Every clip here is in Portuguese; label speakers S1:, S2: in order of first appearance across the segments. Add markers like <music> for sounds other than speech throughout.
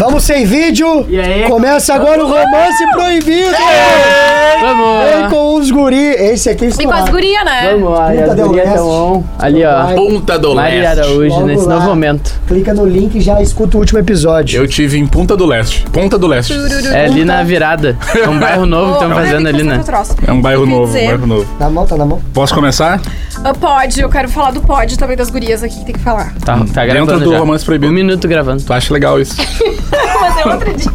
S1: Vamos sem vídeo. Começa agora o romance proibido.
S2: É!
S1: Vem
S2: Vamos!
S1: com os guri. Esse aqui
S3: E com as
S1: estourado.
S3: guria, né?
S2: Vamos lá, e as
S1: Puta, deu
S2: gurias
S1: leste.
S2: tão on. Ali, ó.
S1: Vai.
S4: Punta do
S2: Maria
S4: Leste.
S2: Araújo,
S1: Logo
S2: nesse
S1: lá.
S2: novo momento.
S1: Clica no link e já escuta o último episódio.
S4: Eu tive em Punta do Leste. Ponta do Leste.
S2: É ali na virada. É um bairro novo
S4: Então,
S2: que estão
S3: Ô,
S2: fazendo
S3: eu tenho
S2: ali,
S3: que
S2: né?
S3: fazer meu troço.
S4: É um bairro
S3: Eu queria
S4: novo,
S3: dizer-
S4: bairro novo.
S1: Tá na mão, tá na mão.
S4: Posso começar?
S3: Ah, Pode, eu quero falar do pod também das gurias aqui que tem que falar.
S2: Tá, tá gravando
S4: Dentro do
S2: já.
S4: Romance
S2: Um
S4: Proibido.
S2: minuto gravando.
S4: Tu acha legal isso?
S3: <laughs> Mas é outro dia.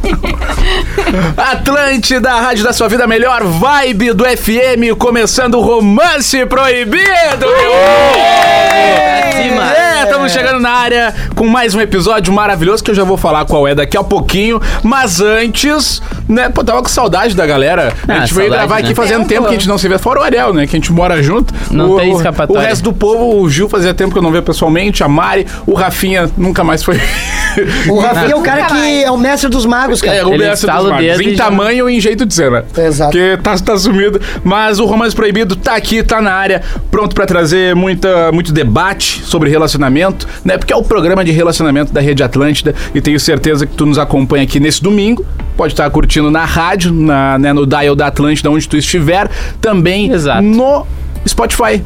S4: <laughs> Atlântida, a rádio da sua vida, a melhor vibe do FM, começando o Romance Proibido!
S2: Pra cima.
S4: É, estamos chegando na área com mais um episódio maravilhoso que eu já vou falar qual é daqui a pouquinho, mas antes, né, pô, tava com saudade da galera.
S2: Ah,
S4: a gente veio
S2: saudade,
S4: gravar
S2: né?
S4: aqui fazendo
S3: Tempo.
S4: tempo que a gente não se vê, fora o Ariel, né, que a gente mora junto.
S2: Não
S4: o,
S2: tem
S4: o-
S2: escapatória.
S4: O resto do povo, o Gil fazia tempo que eu não via pessoalmente, a Mari, o Rafinha nunca mais foi... <laughs>
S1: O Rafinha é o
S4: um
S3: Nunca
S1: cara que
S3: mais.
S1: é o mestre dos magos,
S4: É,
S1: cara.
S4: o
S2: Ele
S4: mestre
S2: estala o
S4: dos magos.
S2: dedo
S4: Em
S2: e já-
S4: tamanho e em jeito de ser, né?
S1: Exato.
S4: Porque tá, tá sumido. Mas o Romance Proibido tá aqui, tá na área, pronto pra trazer muita, muito debate sobre relacionamento, né? Porque é o programa de relacionamento da Rede Atlântida e tenho certeza que tu nos acompanha aqui nesse domingo. Pode estar curtindo na rádio, na, né, no dial da Atlântida, onde tu estiver. Também
S2: Exato.
S4: no Spotify.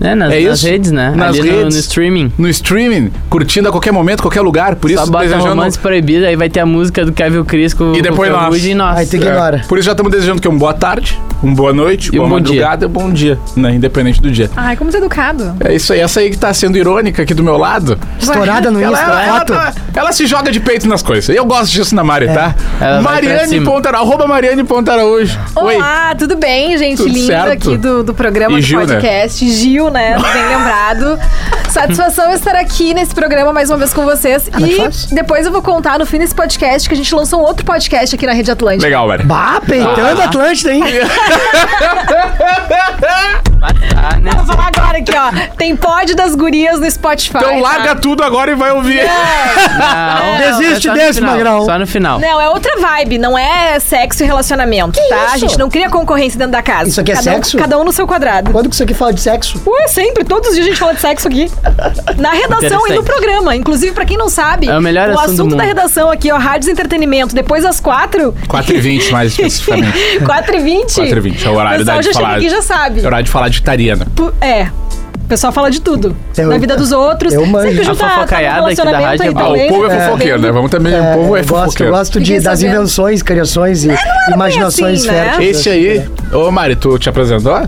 S2: É, nas,
S4: É
S2: nas
S4: isso?
S2: redes, né?
S4: Nas
S2: ali no- No,
S4: redes.
S2: streaming.
S4: No streaming, curtindo a qualquer momento, qualquer lugar. Por isso,
S2: Só bota romance proibido, aí vai ter a música do Kevin Cris com
S4: E depois
S2: com o
S4: nós.
S2: Ferrugem e nós.
S1: Aí tem que
S4: É,
S1: ignorar.
S4: Por isso já estamos desejando que uma boa tarde, uma boa
S2: E
S4: noite,
S2: um
S4: boa
S2: bom dia.
S4: madrugada, bom dia, né? Independente do dia.
S3: Ai, como tu é educado.
S4: É isso aí, essa aí que tá sendo irônica aqui do meu lado.
S1: Estourada no
S4: Ela,
S1: Insta,
S4: ela, ela
S1: foto.
S4: tá- ela se joga de peito nas coisas. Eu gosto disso na Mari, tá?
S2: Ela vai pra
S4: Mariane
S2: cima.
S4: Pontara, arroba Mariane Pontara hoje. Oi.
S3: Olá, tudo bem, gente?
S4: Tudo
S3: Lindo
S4: certo?
S3: aqui do, do programa,
S4: E
S3: do
S4: Gil, né?
S3: podcast. Gil, né?
S4: <laughs>
S3: Bem lembrado. Satisfação estar aqui nesse programa mais uma vez com vocês.
S1: Ah, mas
S3: E
S1: fácil.
S3: depois eu vou contar no fim desse podcast que a gente lançou um outro podcast aqui na Rede Atlântica.
S4: Legal, Mari.
S1: Bah, peitando Atlântida,
S4: <laughs>
S1: hein?
S2: Ah, né?
S3: Vou falar agora aqui, ó. Tem pod das gurias no Spotify.
S4: Então
S3: tá?
S4: larga tudo agora e vai ouvir.
S3: <laughs>
S2: Não,
S1: Desiste
S2: é só no
S1: desse,
S2: final,
S1: magrão.
S2: Só no final.
S3: Não, é outra vibe, não é sexo e relacionamento, tá? A gente não cria concorrência dentro da casa.
S1: Isso aqui é
S3: cada
S1: sexo?
S3: Um, cada um no seu quadrado.
S1: Quando que isso aqui fala de sexo?
S3: Ué, sempre, todos os dias a gente fala de sexo aqui. Na redação e
S2: Interessante.
S3: no programa. Inclusive, pra quem não sabe,
S2: É o melhor assunto do
S3: assunto da
S2: mundo.
S3: redação aqui, ó, Rádios Entretenimento, depois às quatro.
S4: 4h20 mais
S3: <laughs>
S4: especificamente.
S3: 4h20.
S4: 4h20 é o horário
S3: O
S4: da
S3: pessoal
S4: de
S3: já chega
S4: falar.
S3: aqui e já sabe.
S4: É horário de falar de Tariana.
S3: Pu- É. O pessoal fala de tudo.
S1: Eu-
S4: É
S3: da vida dos outros.
S1: eu manjo.
S3: Sempre
S2: A
S3: junta- tá no
S2: fofocaiada aqui da
S3: relacionamento
S2: rádio é
S3: aí
S2: boa.
S4: Ah, o
S3: também.
S4: povo é fofoqueiro, né? Vamos também. o povo é
S1: eu gosto,
S4: fofoqueiro.
S1: eu gosto de,
S3: Fiquei
S1: das
S3: sabendo.
S1: invenções, criações
S3: É,
S1: e imaginações
S3: assim, né?
S1: férteis.
S4: Esse aí. Ô, Mari, tu te apresentou?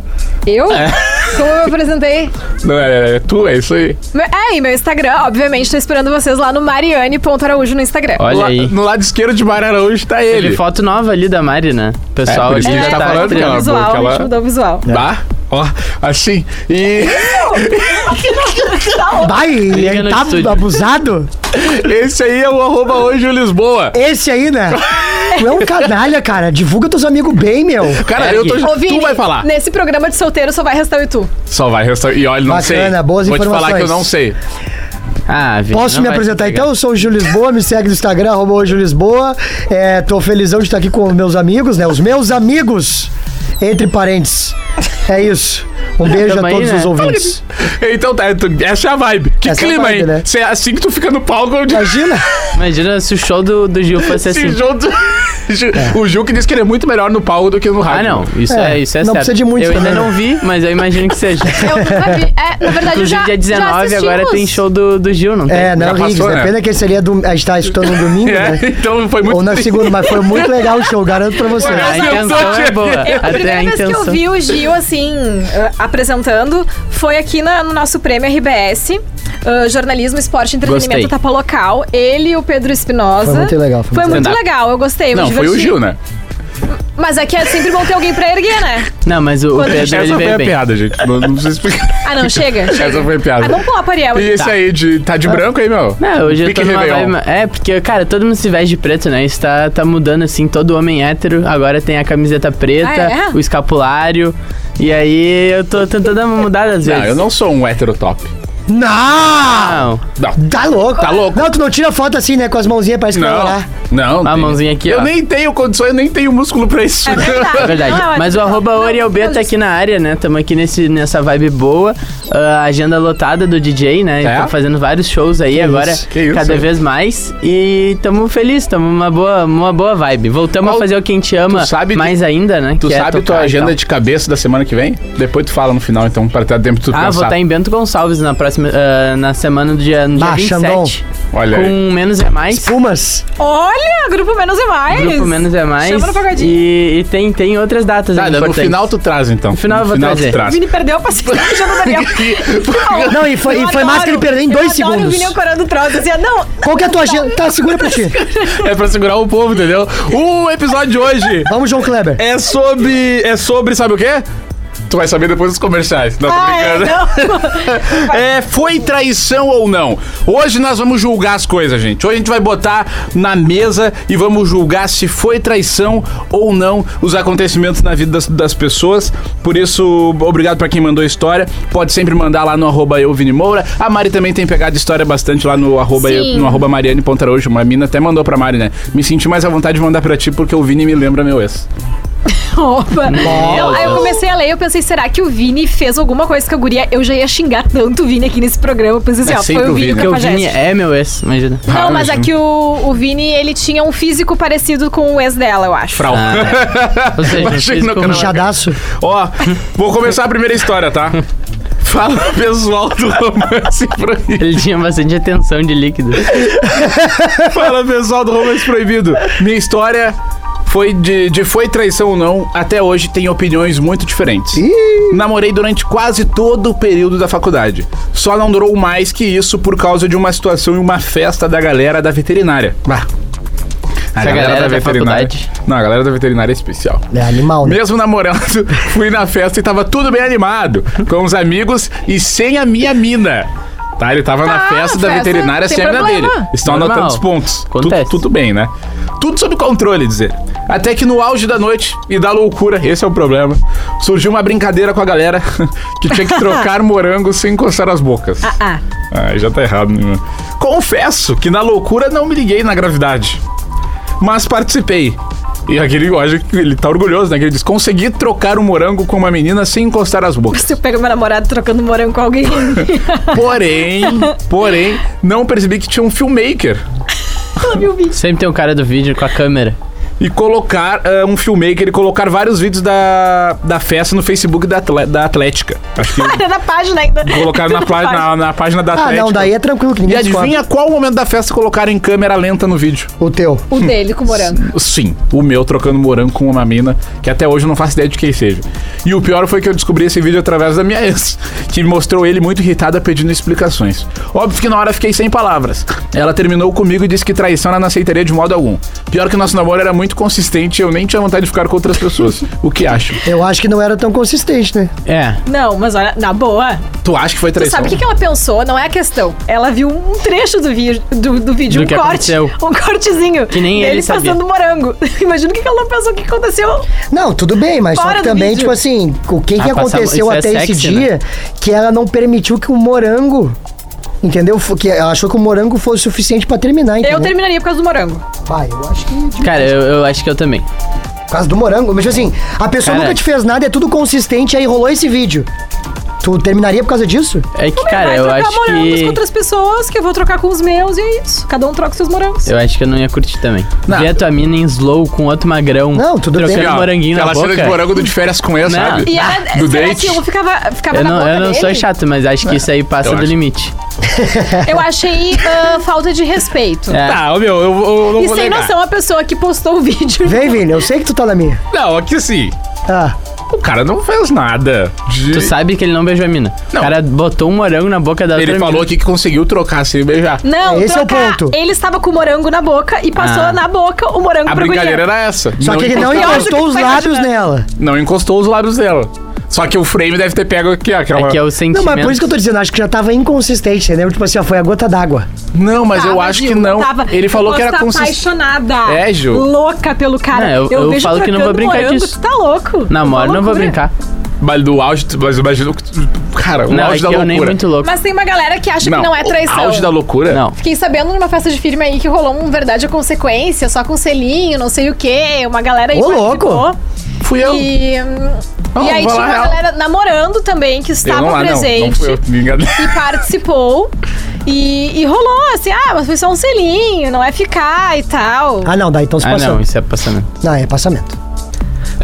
S3: Eu?
S2: É.
S3: <laughs> Como eu me apresentei?
S4: Não, é, é tu, é isso aí.
S3: Meu- É, e meu Instagram, obviamente, tô esperando vocês lá no mariane.araújo no Instagram.
S2: Olha
S4: Lá-
S2: aí.
S4: No lado esquerdo de Mari Araújo tá
S2: Teve
S4: ele.
S2: foto nova ali da Mari, né? O pessoal
S4: É, por
S2: ali
S4: isso que a gente
S2: já
S4: tá falando
S3: mudou
S4: dela,
S3: o
S2: estreando.
S3: visual,
S4: porque
S3: a
S4: ela-
S3: gente mudou
S2: <laughs>
S3: o visual.
S4: Tá? Ó, assim. E <laughs>
S1: Vai,
S2: Liga no
S1: tá
S2: estúdio.
S1: abusado?
S4: esse aí é o arroba hoje o Lisboa.
S1: Esse aí,
S2: <laughs>
S1: né? Tu é um canalha, cara. Divulga teus amigos bem, meu.
S4: Cara, eu tô.
S2: Ergue.
S3: Ô, Vini,
S4: tu vai falar.
S3: Nesse programa de solteiro só vai restar o tu.
S4: Só vai restaurar. E olha, não
S1: Bacana,
S4: sei.
S1: boas
S4: Vou te falar
S1: informações.
S4: que eu não sei.
S2: Ah, Vini,
S1: Posso
S2: não
S1: me
S2: vai
S1: apresentar
S2: pegar.
S1: então? Eu sou o Gil Lisboa, me segue no Instagram, arroba o Gil Lisboa. É, tô felizão de estar aqui com meus amigos, né? Os meus amigos, entre parênteses. É isso. Um beijo a
S2: Tamo aí,
S1: todos
S2: né?
S1: os ouvintes.
S4: Então tá, tu- essa é a vibe. Que
S1: Essa é a
S4: clima,
S1: vibe,
S4: hein?
S1: né?
S4: Se é assim que tu fica no palco, eu <laughs>
S1: Imagina.
S2: Imagina se o show do, do Gil fosse
S4: se
S2: assim.
S4: junto.
S1: <laughs>
S4: O Ju que disse que ele é muito melhor no palco do que no
S2: Ah,
S4: rádio.
S2: não. Isso
S1: É,
S2: é, isso é
S1: não
S2: certo.
S1: precisa de muito
S2: Eu ainda
S1: também, né?
S2: não vi, mas eu imagino que seja.
S3: Eu nunca vi. É, na verdade, eu já.
S2: Inclusive, dia 19
S3: já
S2: agora tem show do, do Gil, não tem?
S1: É, não,
S4: passou,
S1: Riggs, né?
S4: né?
S1: Pena que esse ali é do, a gente tá escutando no domingo,
S4: É,
S1: né?
S4: então foi <laughs> muito.
S1: Ou na
S4: triste.
S1: segunda, mas foi muito legal o show, garanto pra você.
S2: A
S4: Olha,
S2: intenção
S4: Nossa,
S2: é boa.
S3: Eu, a
S2: Até
S3: primeira
S2: a
S3: vez que eu
S2: intenção.
S3: vi o Gil, assim, eh, apresentando, foi aqui na- no nosso prêmio RBS, eh, Jornalismo, Esporte e Entretenimento
S2: Gostei.
S3: Tapa Local. Ele e o Pedro Espinosa.
S1: Foi muito legal, foi
S3: Foi
S1: muito
S3: muito
S2: legal.
S3: legal, eu gostei. me
S4: Não, foi o
S3: diverti.
S4: Gil, né?
S3: Mas aqui é sempre bom ter alguém pra erguer, né?
S2: Não, mas o, o
S3: Quando-
S2: Pedro, ele
S4: Essa foi
S2: veio
S4: a
S2: bem.
S4: piada, gente. Não, não precisa explicar.
S3: Ah, não, chega. chega.
S4: Essa foi a piada.
S3: Ah, vamos pular pro
S2: É
S3: Ariel.
S4: E esse aí, de, tá de branco aí, meu?
S2: Ah. Não, hoje eu
S4: Pique
S2: tô numa
S4: Réveillon.
S2: vibe... É, porque, cara, todo mundo se veste de preto, né? Isso tá, tá mudando, assim, todo homem hétero. Agora tem a camiseta preta,
S3: Ah, é?
S2: o escapulário. E aí eu tô tentando mudar às vezes.
S4: Não, eu não sou um hétero top.
S1: Não!
S2: Não.
S4: Não.
S1: Tá louco.
S4: Tá louco.
S1: Não, tu não tira foto assim, né? Com as mãozinhas, parece que vai
S4: Não,
S1: lá.
S4: não.
S2: A
S4: tem.
S2: mãozinha aqui,
S4: eu
S2: ó.
S4: nem tenho condições, eu nem tenho músculo pra isso.
S3: É verdade.
S2: É verdade.
S3: Não, é
S2: Mas o
S3: verdade.
S2: arroba
S3: Não,
S2: Oriel B
S3: não,
S2: tá aqui na área, né? Tamo aqui nesse, nessa vibe boa. Ah, agenda lotada do DJ, né?
S4: É?
S2: Tá fazendo vários shows aí agora,
S4: isso, que isso,
S2: cada
S4: hein?
S2: vez mais. E tamo feliz, tamo uma boa, uma boa vibe. Voltamos
S4: Qual-
S2: a fazer o que a gente ama
S4: Tu sabe-
S2: mais ainda, né?
S4: <laughs> Tu
S2: que é
S4: sabe
S2: tocar
S4: tua
S2: e
S4: agenda
S2: tal.
S4: de cabeça da semana que vem? Depois tu fala no final, então, pra ter tempo de tu
S2: Ah, vou
S4: pensar.
S2: estar em Bento Gonçalves na próxima, ah, na semana do dia, no dia
S1: Bah,
S2: 27.
S4: Olha aí.
S2: Com Menos é Mais.
S1: Fumas.
S3: Olha, grupo menos é mais.
S2: Grupo Menos é Mais.
S3: Chama no pagodinho.
S2: e e tem, tem outras datas
S4: Tá,
S2: aí
S4: no
S2: importantes.
S4: final tu traz, então. No
S2: final eu vou trazer.
S4: tu
S3: O
S4: traz.
S3: Vini perdeu a paciência do Daniel.
S1: <laughs> Não, e foi-
S3: Eu
S1: e foi mais que ele perdeu em
S3: eu
S1: dois
S3: adoro
S1: segundos.
S3: O Vini ancorando o troço, assim, não,
S1: Qual que é a tua agenda? Tá, segura pra ti.
S4: É pra segurar o povo, entendeu? O episódio de hoje
S1: Vamos, João Kleber.
S4: é sobre. É sobre, sabe o quê? Tu vai saber depois dos comerciais. Não, tô
S3: ah, é,
S4: brincando.
S3: não.
S4: É, foi traição ou não? Hoje nós vamos julgar as coisas, gente. Hoje a gente vai botar na mesa e vamos julgar se foi traição ou não os acontecimentos na vida das, das pessoas. Por isso, obrigado pra quem mandou a história. Pode sempre mandar lá no arroba eu, Vini Moura. A Mari também tem pegado história bastante lá no arroba, eu,
S3: Sim.
S4: no arroba Mariane Pontarojo. Uma mina até mandou pra Mari, né? Me senti mais à vontade de mandar pra ti porque o Vini me lembra meu ex.
S3: Opa.
S2: Meu
S3: Não, aí eu
S2: Deus.
S3: comecei a ler e eu pensei, será que o Vini fez alguma coisa que a guria... Eu já ia xingar tanto o Vini aqui nesse programa. Eu pensei assim,
S4: É
S3: ó,
S4: sempre
S3: foi o
S4: o
S3: Vini,
S4: Vini.
S2: Porque o
S3: Cafajeste.
S2: Vini é meu ex, imagina.
S4: Ah,
S3: Não, mas
S4: imagina.
S3: aqui o, o Vini, ele tinha um físico parecido com o ex dela, eu acho.
S4: Frau. Ah, é.
S2: Ou seja,
S4: Achei que
S2: fez
S4: não-
S2: como-
S1: Inchadaço.
S4: Ó, vou começar a primeira história, tá? <laughs> Fala pessoal do Romance Proibido.
S2: Ele tinha bastante atenção de líquido.
S4: Fala pessoal do Romance Proibido. Minha história foi de, de foi traição ou não, até hoje tem opiniões muito diferentes. Namorei durante quase todo o período da faculdade. Só não durou mais que isso por causa de uma situação e uma festa da galera da veterinária. Bah. A
S2: Essa galera da
S4: veterinária.
S2: faculdade.
S4: Não, a galera da veterinária é especial.
S1: É animal, né?
S4: Mesmo namorando, <laughs> fui na festa e tava tudo bem animado, com os amigos e sem a minha mina. Tá, ele tava na
S3: Tá,
S4: festa da
S3: festa,
S4: veterinária
S3: tem
S4: sem a mina dele.
S3: problema.
S4: Estão
S2: Normal.
S4: anotando os pontos. Tudo,
S2: Acontece.
S4: tudo bem, né? Tudo sob controle, dizer. Até que no auge da noite e da loucura, esse é o problema, surgiu uma brincadeira com a galera <laughs> que tinha que
S3: <laughs>
S4: trocar morangos sem encostar as bocas.
S3: Ah,
S4: Ah, já tá errado, né? mano? Confesso que na loucura não me liguei na gravidade. Mas participei. E aquele eu acho que ele tá orgulhoso, né? Que ele diz: consegui trocar um morango com uma menina sem encostar
S1: <laughs>
S4: as bocas.
S3: se eu pego meu namorado trocando morango com alguém... <laughs>
S4: Porém, porém, não percebi que tinha um filmmaker.
S2: Sempre tem um cara do vídeo com a câmera.
S4: E colocar ah, um filmmaker e colocar vários vídeos da, da festa no Facebook da, atle- da Atlética. Acho
S1: <laughs>
S4: que
S3: Era tá na página ainda.
S4: colocaram na, pla- na, na página da
S1: Ah,
S4: Atlética.
S1: não, daí é tranquilo que
S4: E
S1: ninguém descobre.
S4: adivinha qual momento da festa colocaram em câmera lenta no vídeo?
S1: O teu.
S3: O dele com morango.
S4: Sim, o meu trocando morango com uma mina que até hoje eu não faço ideia de quem seja. E o pior foi que eu descobri esse vídeo através da minha <laughs> ex, que me mostrou ele muito irritada pedindo explicações. Óbvio que na hora fiquei sem palavras. Ela terminou comigo e disse que traição ela não aceitaria de modo algum. Pior que nosso namoro era muito consistente e eu nem tinha vontade de ficar com outras
S3: <laughs>
S4: pessoas. O que acho?
S1: Eu acho que não era tão consistente, né?
S2: É.
S3: Não, mas olha, na boa,
S4: Tu acha que foi
S3: tu
S4: traição?
S3: sabe o que, que ela pensou? Não é a questão. Ela viu um trecho do, vi do, do vídeo,
S2: Do
S3: um
S2: que
S3: corte.
S2: aconteceu.
S3: Um cortezinho.
S2: Que nem
S3: dele
S2: ele sabia.
S3: passando morango. <laughs> Imagina o que, que ela pensou que aconteceu.
S1: Não, tudo bem, mas só
S3: Fora
S1: que
S3: do
S1: também,
S3: vídeo.
S1: tipo assim, o que,
S2: Ah,
S1: que
S2: passava-
S1: aconteceu
S2: isso é
S1: até esse
S2: sexy,
S1: dia
S2: né?
S1: que ela não permitiu que o morango. Entendeu? Fo- Que ela achou que o morango fosse suficiente pra terminar, entendeu?
S3: Eu terminaria por causa do morango.
S1: Pai, eu acho que. devia-
S2: Cara, eu, eu acho que eu também.
S1: Por causa do morango. Mas, tipo assim, a pessoa
S2: Cara-
S1: nunca te fez nada, é tudo consistente, aí rolou esse vídeo. Tu terminaria por causa disso?
S2: É que, cara,
S3: Vai
S2: eu
S3: trocar
S2: acho
S3: morangos com
S2: que.
S3: outras pessoas, que eu vou trocar com os meus, e é isso. Cada um troca os seus morangos.
S2: Eu acho que eu não ia curtir também.
S4: Não.
S2: Ver a tua mina em slow com outro magrão.
S1: Não, tudo bem.
S3: é
S2: trocando
S4: Aqui, ó,
S2: moranguinho na
S4: aquela
S2: boca.
S4: cena de morango do de férias com ela,
S2: Não.
S4: sabe?
S3: E ela,
S4: do
S3: será
S4: date.
S3: que eu ficava, ficava
S2: Ah, Eu
S3: na
S2: não,
S3: boca
S2: eu não sou
S3: dele?
S2: chato, mas acho que isso aí passa
S4: Eu
S2: do
S4: acho.
S2: limite.
S3: Eu achei ah, falta de respeito.
S2: É.
S4: Tá, meu, eu, eu não
S3: E
S4: vou
S3: sem
S4: negar.
S3: noção a pessoa que postou o vídeo.
S1: Vem, Vini, eu sei que tu tá na minha.
S4: Não, aqui sim.
S1: Ah,
S4: O cara não fez nada. De...
S2: Tu sabe que ele não beijou a mina.
S4: Não.
S2: O cara botou um morango na boca da outra
S4: Ele falou
S2: mina.
S4: aqui que conseguiu trocar sem beijar.
S3: Não,
S1: Esse é o
S3: trocar.
S1: ponto.
S3: Ele estava com o morango na boca e passou
S2: Ah.
S3: na boca o morango
S4: A
S3: pra guria.
S4: brincadeira era essa.
S1: só que ele não
S3: encostou.
S1: encostou os
S3: Foi
S1: lábios
S3: imaginando.
S1: nela.
S4: Não encostou os lábios dela. Só que o frame deve ter pego aqui, ó. aquela-
S2: É que é o sentimento.
S1: Não, mas por isso que eu tô dizendo, acho que já tava inconsistente, entendeu? Tipo assim, ó, foi a gota d'água.
S4: Não, mas eu
S3: Tava,
S4: acho
S3: Gil,
S4: que não.
S3: tava.
S4: Então, Ele falou
S3: Posso
S4: que era
S3: tá
S4: consistente.
S3: apaixonada.
S4: É, Gil.
S3: Louca pelo cara.
S2: Não, eu- eu
S3: vejo
S2: falo que não vou
S3: trocando
S2: brincar
S3: morango,
S2: disso.
S3: Tu tá louco.
S2: Namoro,
S3: Tá
S2: não vou
S3: loucura.
S2: brincar.
S4: Baile do auge, tu- mas imagina. o que tu- Cara, o
S2: Não, é
S4: auge
S2: que
S4: da
S2: eu
S4: loucura.
S2: nem muito louco.
S3: Mas tem uma galera que acha que não é traição.
S4: O auge da loucura?
S2: Não.
S3: Fiquei sabendo numa festa de firme aí que rolou um verdade ou consequência, só com selinho, não sei o quê. Uma galera aí
S1: Ô,
S3: participou.
S1: louco!
S4: Fui eu.
S3: E, hum,
S4: Não,
S3: e aí
S4: vou
S3: tinha
S4: lá,
S3: uma
S4: real.
S3: galera namorando também, que
S4: eu
S3: estava
S4: não, ah, não,
S3: presente
S4: não fui eu. me enganei. <laughs>
S3: e participou. E, e rolou assim, ah, mas foi só um selinho, não é ficar e tal.
S1: Ah, não, daí então se
S4: assim,
S2: Ah,
S1: passou.
S2: não, isso é passamento.
S1: Não, é passamento.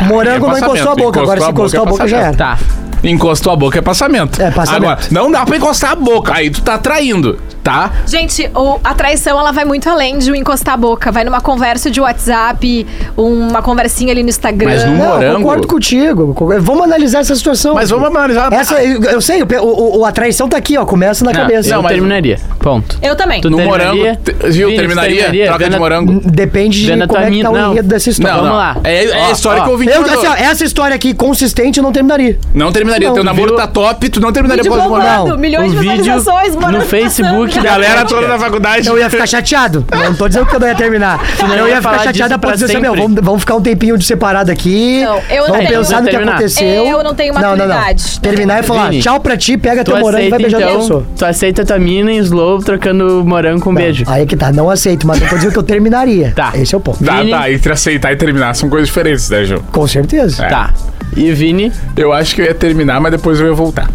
S1: Morango
S4: é
S1: não encostou a
S4: passamento.
S1: boca, agora se encostou a boca,
S4: é
S1: já
S4: passamento.
S1: era.
S2: Tá.
S4: Encostou a boca é passamento.
S1: É, passamento.
S4: Agora, não dá pra encostar a boca, aí tu tá traindo, tá?
S3: Gente, o- a traição ela vai muito além de um encostar a boca. Vai numa conversa de WhatsApp, uma conversinha ali no Instagram.
S4: Mas não-
S1: Não, eu
S4: Tá. Morango.
S1: concordo contigo. Vamos analisar essa situação.
S4: Mas vamos analisar.
S1: Essa, eu, eu sei, o, o- o- a traição tá aqui, ó. Começa na
S2: Não,
S1: cabeça.
S2: eu
S4: não, mas-
S2: terminaria. Ponto.
S3: Eu também.
S2: Tu
S4: No morango,
S2: terminaria?
S4: te- viu?
S2: Vini,
S4: terminaria,
S2: terminaria?
S4: troca de
S2: Vendo-
S4: morango.
S1: Depende de
S2: Vendo a
S1: como é
S2: tua
S1: que tá
S2: mina-
S1: o
S2: não.
S1: enredo dessa história.
S4: Não,
S2: vamos
S4: não.
S2: lá.
S4: É, é a
S2: Ó,
S4: história
S2: ó.
S4: que eu ouvi.
S1: Eu, assim, ó, essa história aqui, consistente, eu não terminaria.
S4: Não terminaria.
S1: Não,
S4: Teu namoro
S2: viu?
S4: tá top, tu não terminaria
S3: Vídeo
S4: por causa de morango.
S3: bombando,
S1: não.
S3: milhões de
S2: O vídeo
S3: visualizações,
S2: no
S3: morando
S2: Facebook
S3: passando.
S2: da-
S4: Galera toda da faculdade.
S1: Então Eu ia ficar chateado. Não tô dizendo que eu não ia terminar. Eu
S2: ia
S1: ia ficar
S2: falar disso
S1: chateado a
S2: pra
S1: ponto de dizer, assim, meu,
S2: sempre.
S1: vamos, vamos ficar um tempinho de separado aqui.
S3: Não, eu não
S1: vamos
S3: tenho-
S1: pensar no que
S2: Terminar.
S1: aconteceu.
S3: Eu não tenho
S1: Não, não, não.
S3: maturidade.
S1: Terminar e falar
S2: Vini,
S1: tchau pra ti, pega
S2: Tu
S1: teu morango e
S2: aceita,
S1: vai beijar outra
S2: então,
S1: pessoa.
S2: tu aceita tua mina em slow trocando morango com um beijo.
S1: Aí que tá, não aceito, mas não tô dizendo que eu terminaria.
S2: Tá.
S1: Esse é o ponto.
S4: Tá,
S2: Vini-
S4: tá, entre aceitar e terminar são coisas diferentes, né, Ju?
S1: Com certeza.
S4: É.
S2: Tá. E Vini,
S4: Eu acho que eu ia terminar, mas depois eu ia voltar.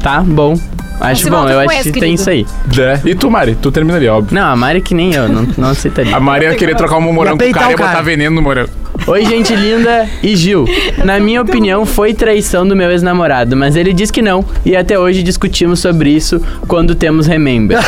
S2: tá bom. Acho
S3: se
S2: bom,
S3: volta
S2: eu
S3: com
S2: acho
S3: esse,
S2: que tem
S3: querido.
S2: isso aí.
S4: Né? E tu, Mari? Tu terminaria, óbvio.
S2: Não, a Mari é que nem eu, não, não aceitaria.
S1: <laughs>
S4: A Mari ia querer trocar um morango com o
S1: peitar
S4: cara e
S1: o cara.
S4: botar veneno no morango.
S2: Oi, gente linda e
S3: <laughs>
S2: Gil. Na minha opinião, foi traição do meu ex-namorado, mas ele diz que não. E até hoje discutimos sobre isso quando temos
S1: <laughs>
S2: Remember.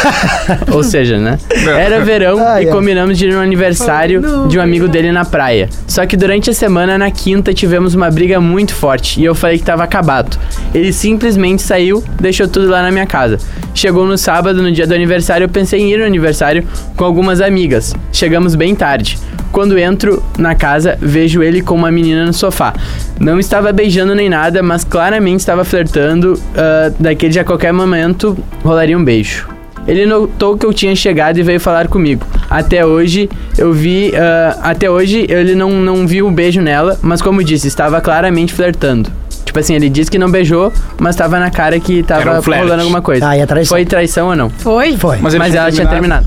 S2: Ou seja, né? Era verão
S1: Ai,
S2: e
S1: ai.
S2: combinamos de ir no aniversário de um amigo dele na praia. Só que durante a semana, na quinta, tivemos uma briga muito forte e eu falei que tava acabado. Ele simplesmente saiu, deixou tudo lá na minha casa. Chegou no sábado, no dia do aniversário, eu pensei em ir no aniversário com algumas amigas. Chegamos bem tarde. Quando entro na casa, vejo ele com uma menina no sofá. Não estava beijando nem nada, mas claramente estava flertando, ah, daquele de a qualquer momento rolaria um beijo. Ele notou que eu tinha chegado e veio falar comigo. Até hoje eu vi. ah, até hoje ele não, não viu o beijo nela, mas como disse, estava claramente flertando. Tipo assim, ele disse que não beijou, mas estava na cara que
S4: Era
S2: estava
S4: um flerte.
S2: rolando alguma coisa.
S1: Ah, e é traição.
S2: Foi traição ou não?
S3: Foi?
S1: Foi.
S4: ele
S2: É. mas ela tinha terminado.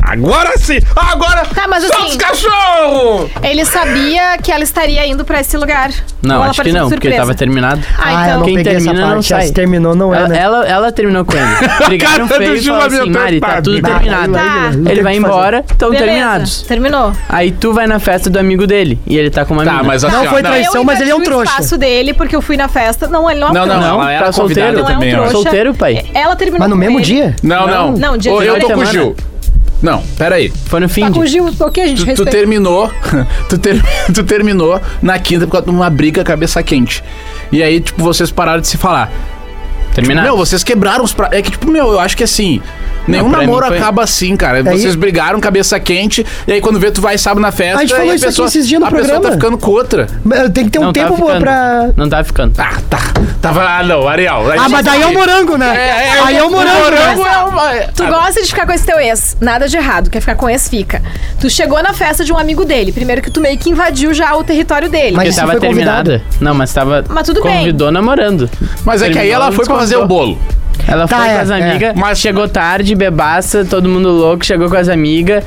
S4: Agora sim! Agora!
S3: Tá, mas
S4: solta
S3: assim-
S4: os cachorros!
S3: Ele sabia que ela estaria indo pra esse lugar.
S2: Não,
S3: Ou ela
S2: acho que
S3: apareceu
S2: não,
S3: de
S2: porque ele tava
S3: surpresa?
S2: terminado.
S3: Ah,
S1: eu
S3: então.
S1: não
S2: Quem
S1: peguei essa
S2: termina não
S1: parte. Ah,
S2: sai.
S1: se terminou, não é,
S2: Ela,
S1: né?
S2: ela, ela terminou
S4: <laughs>
S2: com ele. Brigaram
S4: Cara do
S2: feio e
S4: Gil
S2: falou assim,
S4: Hamilton
S2: Mari, tá
S4: Fábio.
S2: tudo
S4: Bah,
S2: terminado.
S3: Tá.
S1: não tem
S2: Ele
S1: o
S2: vai
S1: que fazer.
S2: embora, estão
S3: Beleza,
S2: terminados.
S3: Terminou.
S2: Aí tu vai na festa do amigo dele e ele tá com uma
S4: Tá,
S2: mina.
S4: mas assim,
S1: Não
S4: ó,
S1: foi traição.
S3: eu
S1: mas ele é um
S3: invadi
S1: trouxa.
S3: o espaço dele porque eu fui na festa. Não, ele não é um
S4: Não, não,
S3: trouxa.
S4: não.
S2: Não,
S4: Ela era
S2: tá
S4: convidada
S2: solteiro.
S3: Não é um
S4: também, ó.
S3: trouxa.
S2: Solteiro, pai.
S3: Ela
S2: é-
S3: terminou
S1: Mas no
S3: com
S1: mesmo
S3: ele.
S1: dia?
S4: Não, não.
S3: Não, dia
S4: Ô,
S3: de
S4: Eu tô com o
S2: semana.
S4: Gil. Não, peraí.
S2: Foi no fim
S3: Tá
S2: de...
S3: com o Gil, ok, gente?
S4: Tu, tu
S3: respeita.
S4: terminou. <laughs> Tu, ter- tu terminou na quinta por causa de uma briga cabeça quente. E aí, tipo, vocês pararam de se falar.
S2: Terminado.
S4: Meu, vocês quebraram os pra... É que, tipo, meu, eu acho que assim. Nenhum
S2: pra mim
S4: namoro
S2: foi-
S4: acaba assim, cara. Vocês brigaram, cabeça quente, e aí quando vê, tu vai sábado na festa.
S1: A gente
S4: e
S1: falou isso aqui esses dias no
S4: a
S1: programa.
S4: pessoa tá ficando com outra.
S1: Mas Tem que ter um
S2: não
S1: tempo
S2: tava ficando.
S1: pra...
S2: Não tava ficando.
S4: Ah, tá. Tava. Ah, não, Ariel.
S1: Ah, mas daí é o morango, né? aí é o morango. né?
S4: é uma-
S3: Tu gosta de ficar com esse teu ex. Nada de errado. Quer ficar com ex, fica. Tu chegou na festa de um amigo dele. Primeiro que tu meio que invadiu já o território
S1: Mas
S3: dele.
S2: Porque
S1: isso
S2: tava
S1: foi
S2: terminada. Não, mas tava.
S3: Mas tudo bem.
S2: Convidou namorando.
S4: Mas é que aí
S2: Terminou,
S4: ela foi pra fazer o
S2: desconvidou.
S4: bolo.
S2: Ela
S1: Tá,
S2: foi
S1: é,
S2: com as
S1: é.
S2: amigas,
S4: Mas-
S2: mas chegou tarde, bebaça, todo mundo louco, chegou com as amigas,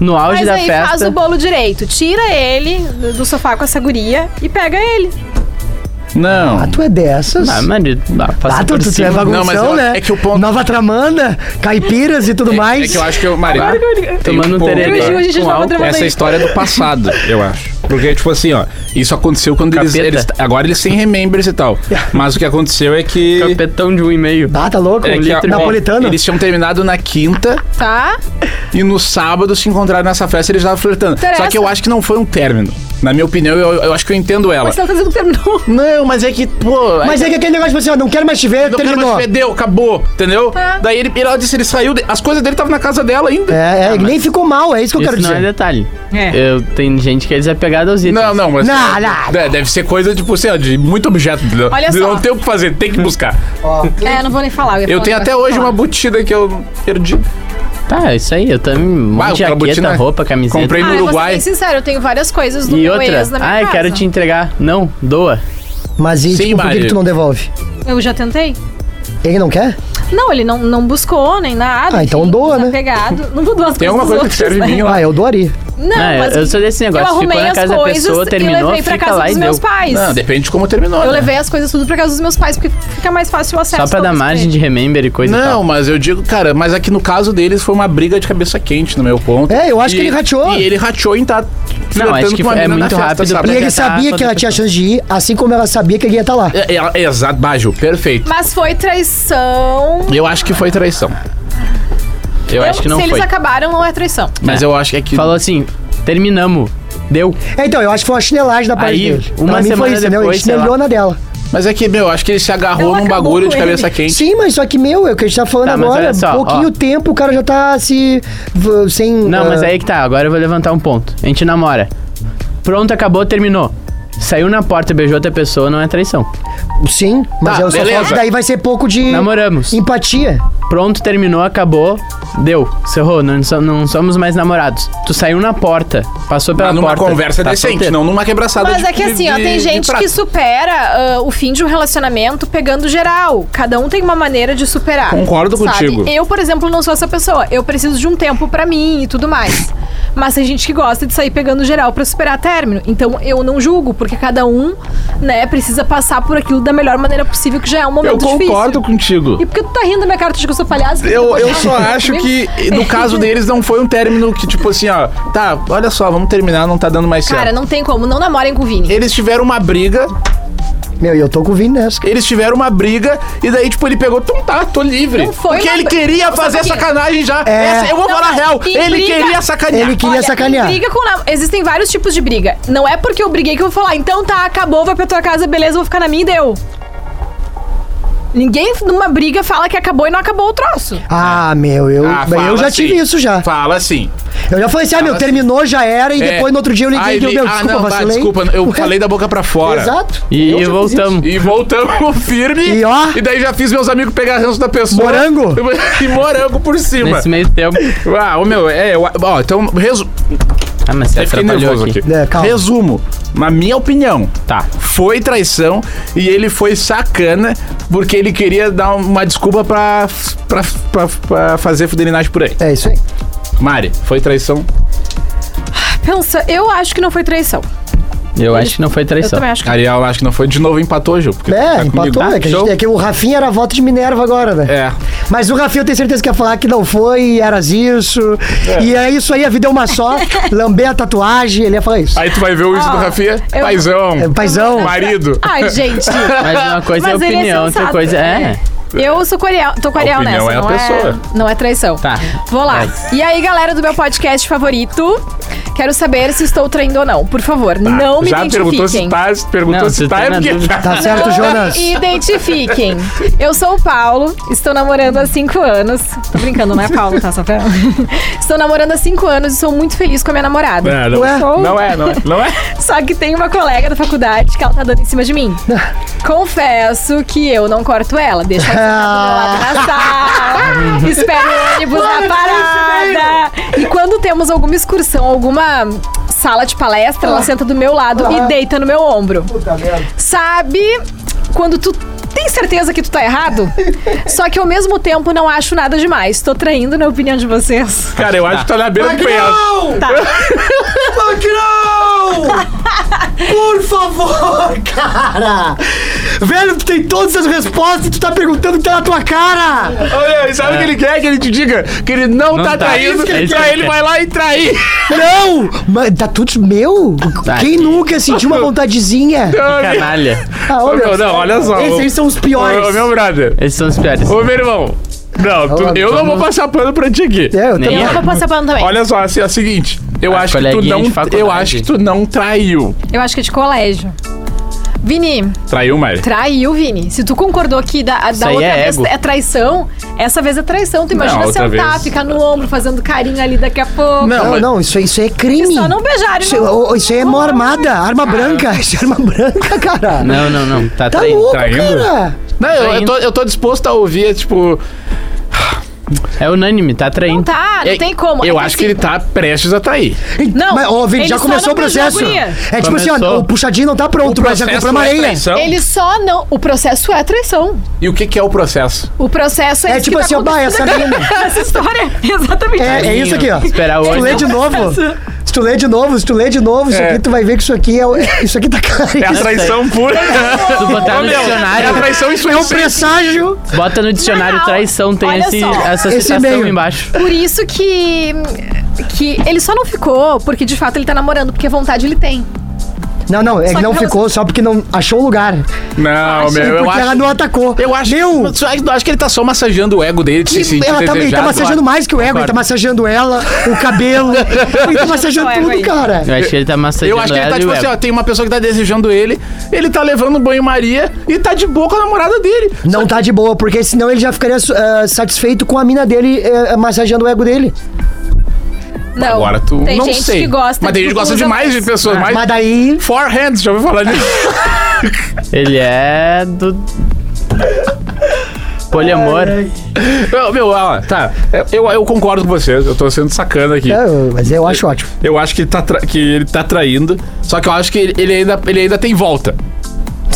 S2: no auge
S3: Mas
S2: da
S3: aí
S2: festa.
S3: faz o bolo direito. Tira ele do- do sofá com essa guria e pega ele.
S4: Não.
S1: Ah, tu é dessas?
S2: Ah, marido, ah, passou
S1: Ah, tu,
S2: por
S1: tu, tu
S2: cima.
S1: é
S4: Não, mas
S1: bagunção,
S4: eu-
S1: né?
S4: é que o ponto-
S1: Nova Tramanda, caipiras e tudo
S4: É,
S1: mais.
S4: é que eu acho que eu, Mari, tem
S2: Tomando um
S4: ponto,
S2: tererê
S4: tá?
S3: Gil, a gente
S2: com
S3: não
S2: álcool.
S3: vai
S4: Essa história é do passado, eu acho. Porque, tipo assim, ó, isso aconteceu quando eles,
S2: Capeta.
S4: eles- Agora eles têm remembers e <laughs> tal. Mas o que aconteceu é que.
S2: Capetão de um e meio.
S1: Ah, tá louco?
S4: É que, ó,
S2: um
S1: Napolitano?
S4: Eles tinham terminado na quinta
S3: Tá?
S4: e no sábado se encontraram nessa festa e eles estavam flertando.
S3: Interessa.
S4: Só que eu acho que não foi um término. Na minha opinião, eu, eu acho que eu entendo ela.
S3: Mas ela tá dizendo que terminou.
S4: Não, mas é que, pô.
S1: Mas é que aquele negócio, tipo assim, ó, não quero mais te ver,
S4: Não quero
S1: terminou.
S4: mais te ver, deu, acabou, entendeu?
S3: É.
S4: Daí ele, ela disse, ele saiu, de- as coisas dele estavam na casa dela ainda.
S1: É, é, nem ficou mal, é isso que eu
S2: Isso
S1: quero
S2: não é
S1: dizer.
S2: detalhe.
S3: É.
S2: Eu, tem gente que é desapegada aos itens.
S4: Não, não, mas.
S1: Não, não.
S4: É, deve ser coisa, tipo assim, ó, de muito objeto. entendeu?
S3: Olha
S4: De
S3: só.
S4: Não tem o que fazer, tem que buscar.
S3: É, não vou nem falar. ia
S4: Eu
S3: falar
S4: tenho
S3: um
S4: até
S3: negócio
S4: hoje
S3: pra
S4: uma botida que eu perdi.
S2: Tá, isso aí. Eu também. Um
S4: Vai,
S2: monte de
S4: aquela botina-
S2: jaqueta, roupa, camiseta.
S4: Comprei
S3: falar.
S4: no
S3: Ah, eu vou ser
S4: Uruguai.
S3: bem sincero, eu tenho várias coisas do
S2: E
S3: meu
S2: outra. Ah,
S3: ex na minha
S2: Ai,
S3: casa.
S2: quero te entregar. Não, doa.
S1: Mas e
S4: é- Sim,
S1: tipo, por que
S4: Mari.
S1: que tu não devolve?
S3: Eu já tentei.
S1: Ele não quer?
S3: Não, ele não, não buscou nem nada.
S1: Ah, então
S3: enfim,
S1: doa, né?
S3: desapegado. Não mudou as coisas.
S4: Tem alguma
S3: dos
S4: coisa que
S3: outros,
S4: serve
S3: né?
S4: em mim lá.
S1: Ah, eu doaria.
S3: Não,
S2: Ah,
S3: mas
S2: eu sou desse negócio,
S3: Eu
S2: ficou
S3: arrumei
S2: na
S3: as
S2: casa da
S3: coisas
S2: pessoa,
S3: e
S2: terminou,
S3: levei pra
S2: fica
S3: casa
S2: lá
S3: dos
S2: e
S3: meus
S2: deu.
S3: pais.
S4: Não, depende de como terminou.
S3: eu
S4: né?
S3: levei as coisas tudo pra casa dos meus pais, porque fica mais fácil o acesso.
S2: Só pra dar
S3: talvez,
S2: margem de
S3: ele.
S2: remember e coisa e
S4: Não,
S2: tal.
S4: mas eu digo, cara, mas aqui no caso deles foi uma briga de cabeça quente, no meu ponto.
S1: É, eu acho que ele rateou.
S4: E ele rateou em tá flertando
S2: acho que
S4: com uma
S2: é
S4: mina
S2: muito
S4: na
S2: rápido
S4: sabe?
S1: E
S2: pra-
S1: ele
S2: já tá
S1: sabia que ela
S2: toda
S1: tinha chance de ir, assim como ela sabia que ele ia estar lá.
S4: É, é, é, exato, Bajo, perfeito.
S3: Mas foi traição.
S4: Eu acho que foi traição.
S2: Eu
S3: Então,
S2: acho que não
S3: Se
S2: foi.
S3: eles acabaram, não é traição.
S4: Mas
S2: É.
S4: eu acho que é que.
S2: Falou assim, terminamos. Deu.
S1: É, então, eu acho que foi uma chinelagem da parte
S2: Aí,
S1: dele.
S2: uma
S1: pra mim foi
S2: semana
S1: isso, entendeu? Ele
S2: depois, sei
S1: chinelou
S2: lá.
S1: na dela.
S4: Mas é que, meu, eu acho que ele se agarrou
S3: Ela
S4: num
S3: acabou
S4: bagulho
S3: com
S4: de cabeça
S3: ele.
S4: quente.
S1: Sim, mas só que, meu, é o que a gente tá falando
S2: Tá, mas
S1: agora,
S2: olha só,
S1: pouquinho
S2: ó.
S1: tempo, o cara já tá se. v- sem.
S2: Não, mas
S4: É.
S1: ah,
S2: aí que tá, agora eu vou levantar um ponto. A gente namora. Pronto, acabou, terminou. Saiu na porta, beijou outra pessoa, não é traição.
S1: Sim, mas
S4: Tá,
S1: eu só falo
S4: beleza.
S1: que daí vai ser pouco de.
S2: Namoramos.
S1: Empatia.
S2: Pronto, terminou, acabou, deu. Cerrou, não, so- não somos mais namorados. Tu saiu na porta, passou pela
S4: Mas numa
S2: porta.
S4: conversa
S2: tá
S4: decente,
S2: solteiro.
S4: não numa quebraçada
S3: Mas
S4: de
S3: é que
S4: de-
S3: assim, ó,
S4: de-
S3: tem
S4: de
S3: gente
S4: prato.
S3: que supera ah, o fim de um relacionamento pegando geral. Cada um tem uma maneira de superar.
S4: Concordo contigo.
S3: Eu, por exemplo, não sou essa pessoa. Eu preciso de um tempo pra mim e tudo mais. Mas tem gente que gosta de sair pegando geral pra superar término. Então eu não julgo, porque cada um, né, precisa passar por aquilo da melhor maneira possível, que já é um momento
S4: Eu concordo
S3: difícil.
S4: contigo.
S3: E por que tu tá rindo da minha cara? Tu tá acha que eu sou palhaço?
S4: Eu,
S3: <laughs>
S4: eu só acho que, no caso deles, não foi um término que, tipo assim, ó, tá, olha só, vamos terminar, não tá dando mais certo.
S3: Cara, não tem como. Não namorem com o Vini.
S4: Eles tiveram uma briga,
S1: Meu, e eu tô com o Vini nessa.
S4: eles tiveram uma briga, e daí, tipo, ele pegou, então tá, tô livre.
S3: Não foi
S4: Porque
S3: uma
S4: ele
S3: br-
S4: queria
S3: Sabe
S4: fazer
S3: por quê?
S4: sacanagem já.
S1: É.
S4: Essa- eu vou
S3: Não,
S4: falar a
S3: mas
S4: real.
S3: quem
S4: Ele
S3: briga-
S4: queria sacanear.
S1: Ele queria sacanear.
S3: Briga com nam- Existem vários tipos de briga. Não é porque eu briguei que eu vou falar, então tá, acabou, vai pra tua casa, beleza, vou ficar na minha e deu. Ninguém numa briga fala que acabou e não acabou o troço.
S1: Ah, meu, eu,
S4: Ah,
S1: bem, eu
S4: fala
S1: já
S4: assim.
S1: tive isso já.
S4: Fala assim.
S1: Eu já falei assim, ah, meu,
S4: Fala
S1: terminou, já era, e
S4: É.
S1: depois no outro dia eu liguei
S4: Aí
S1: e deu,
S4: ele-
S1: meu,
S4: ah,
S1: desculpa,
S4: não, bah,
S1: vacilei.
S4: Desculpa, eu falei da boca pra fora.
S1: Exato. Eu
S2: E, e
S1: já fiz
S2: voltamos.
S4: E voltamos <laughs> firme.
S1: E ó.
S4: E daí já fiz meus amigos pegar ranço da pessoa.
S1: Morango?
S4: <laughs> E morango por cima.
S2: Nesse meio tempo.
S4: Ah, ô meu, é, eu- ó, então, resu...
S2: Ah, mas você
S4: eu fiquei
S2: atrapalhou
S4: nervoso
S2: aqui.
S4: aqui.
S1: isso. É, calma.
S4: Resumo, na minha opinião,
S2: Tá.
S4: foi traição e ele foi sacana porque ele queria dar uma desculpa pra, pra, pra, pra fazer fudelinagem por aí.
S1: É isso aí.
S4: Mari, foi traição?
S3: Pensa, eu acho que não foi traição.
S2: Eu acho que não foi
S3: Eu
S2: traição.
S3: também acho que.
S4: Ariel, acho que não foi. De novo empatou, Gil. Porque
S1: É,
S4: tá comigo.
S1: empatou,
S4: Ah,
S1: né? Que a gente-
S4: show.
S1: é que o Rafinha era voto de Minerva agora, né?
S4: É.
S1: Mas o Rafinha eu tenho certeza que ia falar que não foi, eras isso. E é isso aí, a vida é uma
S4: <laughs>
S1: só. Lamber a tatuagem, ele ia falar isso.
S4: Aí tu vai ver o Insta do
S3: Ó,
S4: Rafinha.
S3: Ah, eu- Ah,
S4: Paizão.
S1: É, paizão.
S4: Marido. <laughs>
S3: Ai, gente.
S2: Mas
S3: <laughs>
S2: uma coisa
S3: Mas
S2: é
S3: ele é
S2: opinião, outra
S3: sensato,
S2: coisa é.
S3: né? Eu sou Coriel, tô com a
S4: A
S3: Ariel
S4: opinião
S3: nessa.
S4: é a
S3: não,
S4: pessoa.
S3: É, não é traição.
S2: Tá.
S3: Vou lá. E aí, galera do meu podcast favorito, quero saber se estou traindo ou não. Por favor, não me
S4: Tá. Já perguntou se
S3: identifiquem.
S4: tá, se perguntou
S2: Não,
S4: se
S2: tu
S4: tá,
S2: tá
S4: é
S2: na
S4: porque...
S2: dúvida.
S1: Tá certo, Jonas?
S3: Identifiquem. Eu sou o Paulo, estou namorando há cinco anos. Tô brincando, não é Paulo, tá? Só pra... <laughs> Estou namorando há cinco anos e sou muito feliz com a minha namorada.
S4: É, <laughs> não,
S1: Ué?
S4: não é, não é, não é.
S3: Só que tem uma colega da faculdade que ela tá dando em cima de mim. Confesso que eu não corto ela. Deixo ela sentada do meu lado na sala, espero o ônibus na parada. E quando temos alguma excursão, alguma sala de palestra, ela senta do meu lado e deita no meu ombro. Sabe quando tu tem certeza que tu tá errado? Só que ao mesmo tempo não acho nada demais. Tô traindo na opinião de vocês.
S4: Cara, eu acho que tá na beira do penhasco.
S5: Magrão!
S3: Tá.
S5: Magrão! Por favor, cara!
S1: Velho, tu tem todas as respostas e tu tá perguntando o que tá na tua cara!
S4: Olha, e sabe o que ele quer? Que ele te diga que ele É. não,
S2: Não
S4: tá,
S2: tá.
S4: traindo,
S2: Isso que ele
S4: pra
S2: quer.
S4: ele vai lá e <laughs> trair.
S1: Não! Mas tá tudo meu?
S2: Tá
S1: Quem
S2: aqui.
S1: nunca sentiu uma vontadezinha?
S2: Canalha.
S1: Ah,
S4: Ô,
S1: ô,
S4: meu,
S1: meu,
S4: não, olha só.
S1: Esses aí são os piores.
S4: Ô, meu brother.
S2: Esses são os piores.
S4: Ô, meu irmão. Não, tu-
S1: Ô,
S4: eu não
S2: vamos-
S4: vou passar pano pra ti aqui.
S1: É, eu
S2: Nem
S1: também.
S3: Eu
S2: é.
S3: vou passar pano também.
S4: Olha só, assim, é o seguinte. Eu
S2: As
S4: acho que tu
S2: coleguinhas
S4: não.
S2: de faculdade.
S4: Eu acho que tu não traiu.
S3: Eu acho que é de colégio. Vini,
S4: Traiu, Mari?
S3: traiu, Vini. Se tu concordou que da, da
S2: aí
S3: outra
S2: é
S3: vez
S2: ego.
S3: é traição, essa vez é traição. Tu imagina
S4: outra
S3: sentar,
S4: vez-
S3: ficar no ombro, fazendo carinho ali daqui a pouco.
S4: Não,
S1: Não,
S4: mas-
S1: não, isso, aí- isso aí é
S3: E
S1: crime.
S3: só não beijaram.
S1: Isso,
S3: não.
S1: ô, isso aí é mão armada, arma branca. <laughs> Isso é arma branca, cara.
S2: Não, não, não. Tá,
S1: Tá
S2: traindo.
S1: louco,
S4: traindo?
S1: cara.
S4: é, Não, eu, eu tô, eu tô disposto a ouvir, tipo.
S2: É unânime, tá traindo.
S3: Não tá, não
S4: É,
S3: tem como.
S4: Eu
S3: É que
S4: acho que ele tá prestes a trair.
S3: Não,
S1: Mas, ó, Vini,
S3: ele
S1: já
S3: só
S1: começou
S3: não
S1: o processo.
S3: beijou a guria.
S1: É tipo assim, ó,
S2: Começou.
S1: o puxadinho não tá pronto, mas já comprou uma
S4: é
S1: areia.
S4: traição?
S3: Ele só não. O processo é traição.
S4: E o que, que é o processo?
S3: O processo é.
S1: É
S3: isso
S1: tipo
S3: que
S1: assim, ó, bah, essa menina.
S3: acontecendo <laughs> Essa história. Exatamente.
S1: É, é isso aqui, ó.
S2: Esperar
S1: se tu
S2: hoje.
S1: ler de novo, se tu ler de novo, se tu ler de novo, isso
S4: É.
S1: aqui tu vai ver que isso aqui é. o- Isso aqui tá
S4: É a
S1: caríssimo.
S4: traição pura.
S2: Tu botar
S4: Ô,
S2: no
S4: meu, É a
S2: dicionário,
S4: traição isso
S1: É um presságio.
S2: bota no dicionário
S3: Não,
S2: traição, tem
S3: olha
S2: esse,
S3: só.
S2: essa
S1: Esse
S2: citação
S1: e-mail.
S2: embaixo.
S3: Por isso que. Que ele só não ficou, porque de fato ele tá namorando, porque vontade ele tem.
S1: Não, não, é
S3: Só
S1: que não
S3: que
S1: ficou só porque não achou o lugar.
S4: Não, meu, eu
S1: porque
S4: acho.
S1: ela não atacou.
S4: Eu acho,
S1: Meu,
S4: eu acho- eu acho que ele tá só massageando o ego dele de se sentir
S1: ela tá, ele tá
S4: desejado.
S1: massageando mais que o ego, ele tá
S4: Concordo.
S1: massageando ela, o
S4: <laughs>
S1: cabelo. ele tá massageando
S3: Olha o ego
S1: tudo,
S3: aí.
S1: cara.
S4: É.
S2: Eu acho que ele tá massageando
S4: Eu acho que ele
S2: ela
S4: tá
S2: e
S4: tipo
S2: o
S4: assim,
S2: ego.
S4: ó, tem uma pessoa que tá desejando ele, ele tá levando um banho-maria e tá de boa com a namorada dele.
S1: Não tá de boa, porque senão ele já ficaria eh, satisfeito com a mina dele eh, massageando o ego dele.
S3: Não.
S4: Agora tu
S3: tem
S4: não
S3: gente
S4: sei.
S3: Que gosta
S4: Mas tem gente que gosta
S3: usa
S4: demais de
S3: mais. Ah.
S4: pessoas, mais
S1: Mas daí.
S4: four hands, já ouviu falar disso?
S2: Ele é do... Poliamor.
S4: Meu, meu, ó, tá. Eu, eu concordo com vocês, eu tô sendo sacana aqui.
S1: É, eu- mas eu acho ótimo.
S4: Eu acho que, tá tra- que ele tá traindo, só que eu acho que ele, ele ainda, ele ainda tem volta.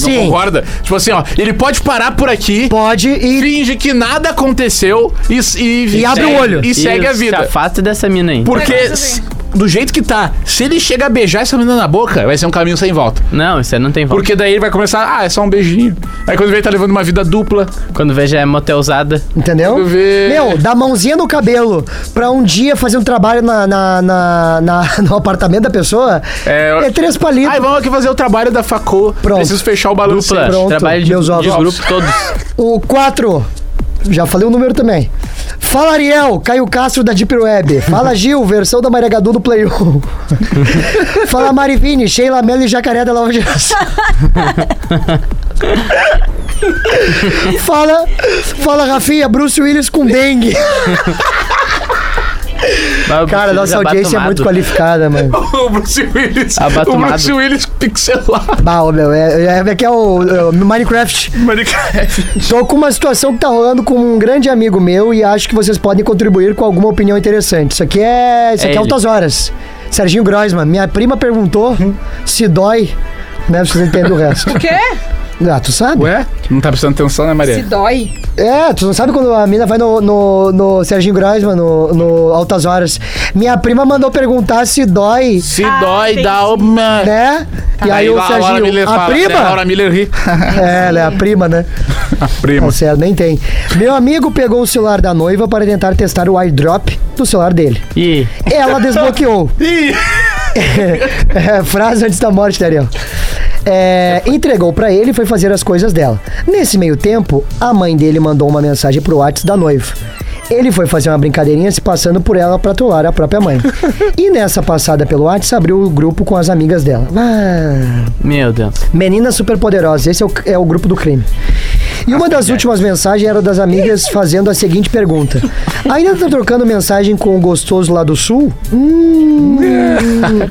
S4: Não
S1: Sim.
S4: concorda? Tipo assim, ó, ele pode parar por aqui,
S1: Pode e.
S4: finge que nada aconteceu e, e,
S1: E abre o olho.
S4: E segue
S2: Isso,
S4: a vida.
S2: Se afasta dessa mina aí.
S4: Porque
S3: Negócio assim.
S4: se- do jeito que tá, se ele chega a beijar essa menina na boca, vai ser um caminho sem volta.
S2: Não, isso aí não tem volta.
S4: Porque daí ele vai começar, ah, é só um beijinho. Aí quando vê, ele tá levando uma vida dupla.
S2: Quando vê já é motelzada.
S1: Entendeu?
S4: Quero ver.
S1: Meu, da mãozinha no cabelo pra um dia fazer um trabalho na, na- na- na- <laughs> no apartamento da pessoa
S4: É, eu-
S1: é, três palitos.
S4: Ai, vamos aqui fazer o trabalho da Facô.
S1: Pronto.
S4: Preciso fechar o balanço.
S2: Dupla,
S1: Pronto,
S2: trabalho de,
S1: meus
S2: de
S1: ovos.
S2: grupo todos.
S1: O 4. Já falei o número também. Fala Ariel, Caio Castro da Deep Web. Fala
S4: <laughs>
S1: Gil, versão da Maria Gadu do Play 1. Fala Marivini, Sheila Mello e Jacaré da Nova
S4: <laughs>
S1: Geração. fala, fala Rafinha, Bruce Willis com dengue.
S2: Mas
S1: Cara, nossa audiência é muito
S2: abatumado.
S1: qualificada,
S4: <laughs>
S1: mano.
S4: <laughs> o Bruce Willis.
S1: Tá
S2: Abatumado.
S4: O Bruce Willis pixelado.
S1: Bah, ô, meu, é, é, é que é o, é o Minecraft.
S4: Minecraft.
S1: Tô com uma situação que tá rolando com um grande amigo meu e acho que vocês podem contribuir com alguma opinião interessante. Isso aqui é. Isso
S2: É
S1: aqui é
S2: ele.
S1: altas horas. Serginho Groisman, minha prima perguntou se dói. Né, vocês entendem o resto.
S3: Hum? <laughs> O quê?
S1: Ah, tu sabe?
S4: Ué? Não tá prestando atenção, né,
S3: Se
S4: Maria?
S3: dói.
S1: É, tu não sabe quando a mina vai no, no, no Serginho Groisman, no, no Altas Horas. Minha prima mandou perguntar se dói,
S4: Se dói, dá uma.
S1: né? E aí, o
S4: lá a Laura
S1: Serginho,
S4: Miller
S1: a
S4: fala, né? A
S1: prima?
S4: Laura
S1: <laughs>
S4: Miller ri.
S1: É, ela é a prima, né?
S4: Prima.
S1: Não, sério, nem tem. Meu amigo pegou o celular da noiva para tentar testar o airdrop do celular dele.
S2: Ih,
S1: Ela desbloqueou.
S4: Ih!
S1: <laughs> É, frase antes da morte, Daniel. É, entregou pra ele e foi fazer as coisas dela. Nesse meio tempo, a mãe dele mandou uma mensagem pro WhatsApp da noiva. Ele foi fazer uma brincadeirinha se passando por ela pra trollar a própria mãe. E nessa passada pelo WhatsApp, abriu o grupo com as amigas dela. Ah,
S2: meu Deus.
S1: Meninas Superpoderosas, esse é o, é o grupo do crime. E uma das últimas mensagens era das amigas fazendo a seguinte pergunta: Ainda tá trocando mensagem com o gostoso lá do sul? Hum,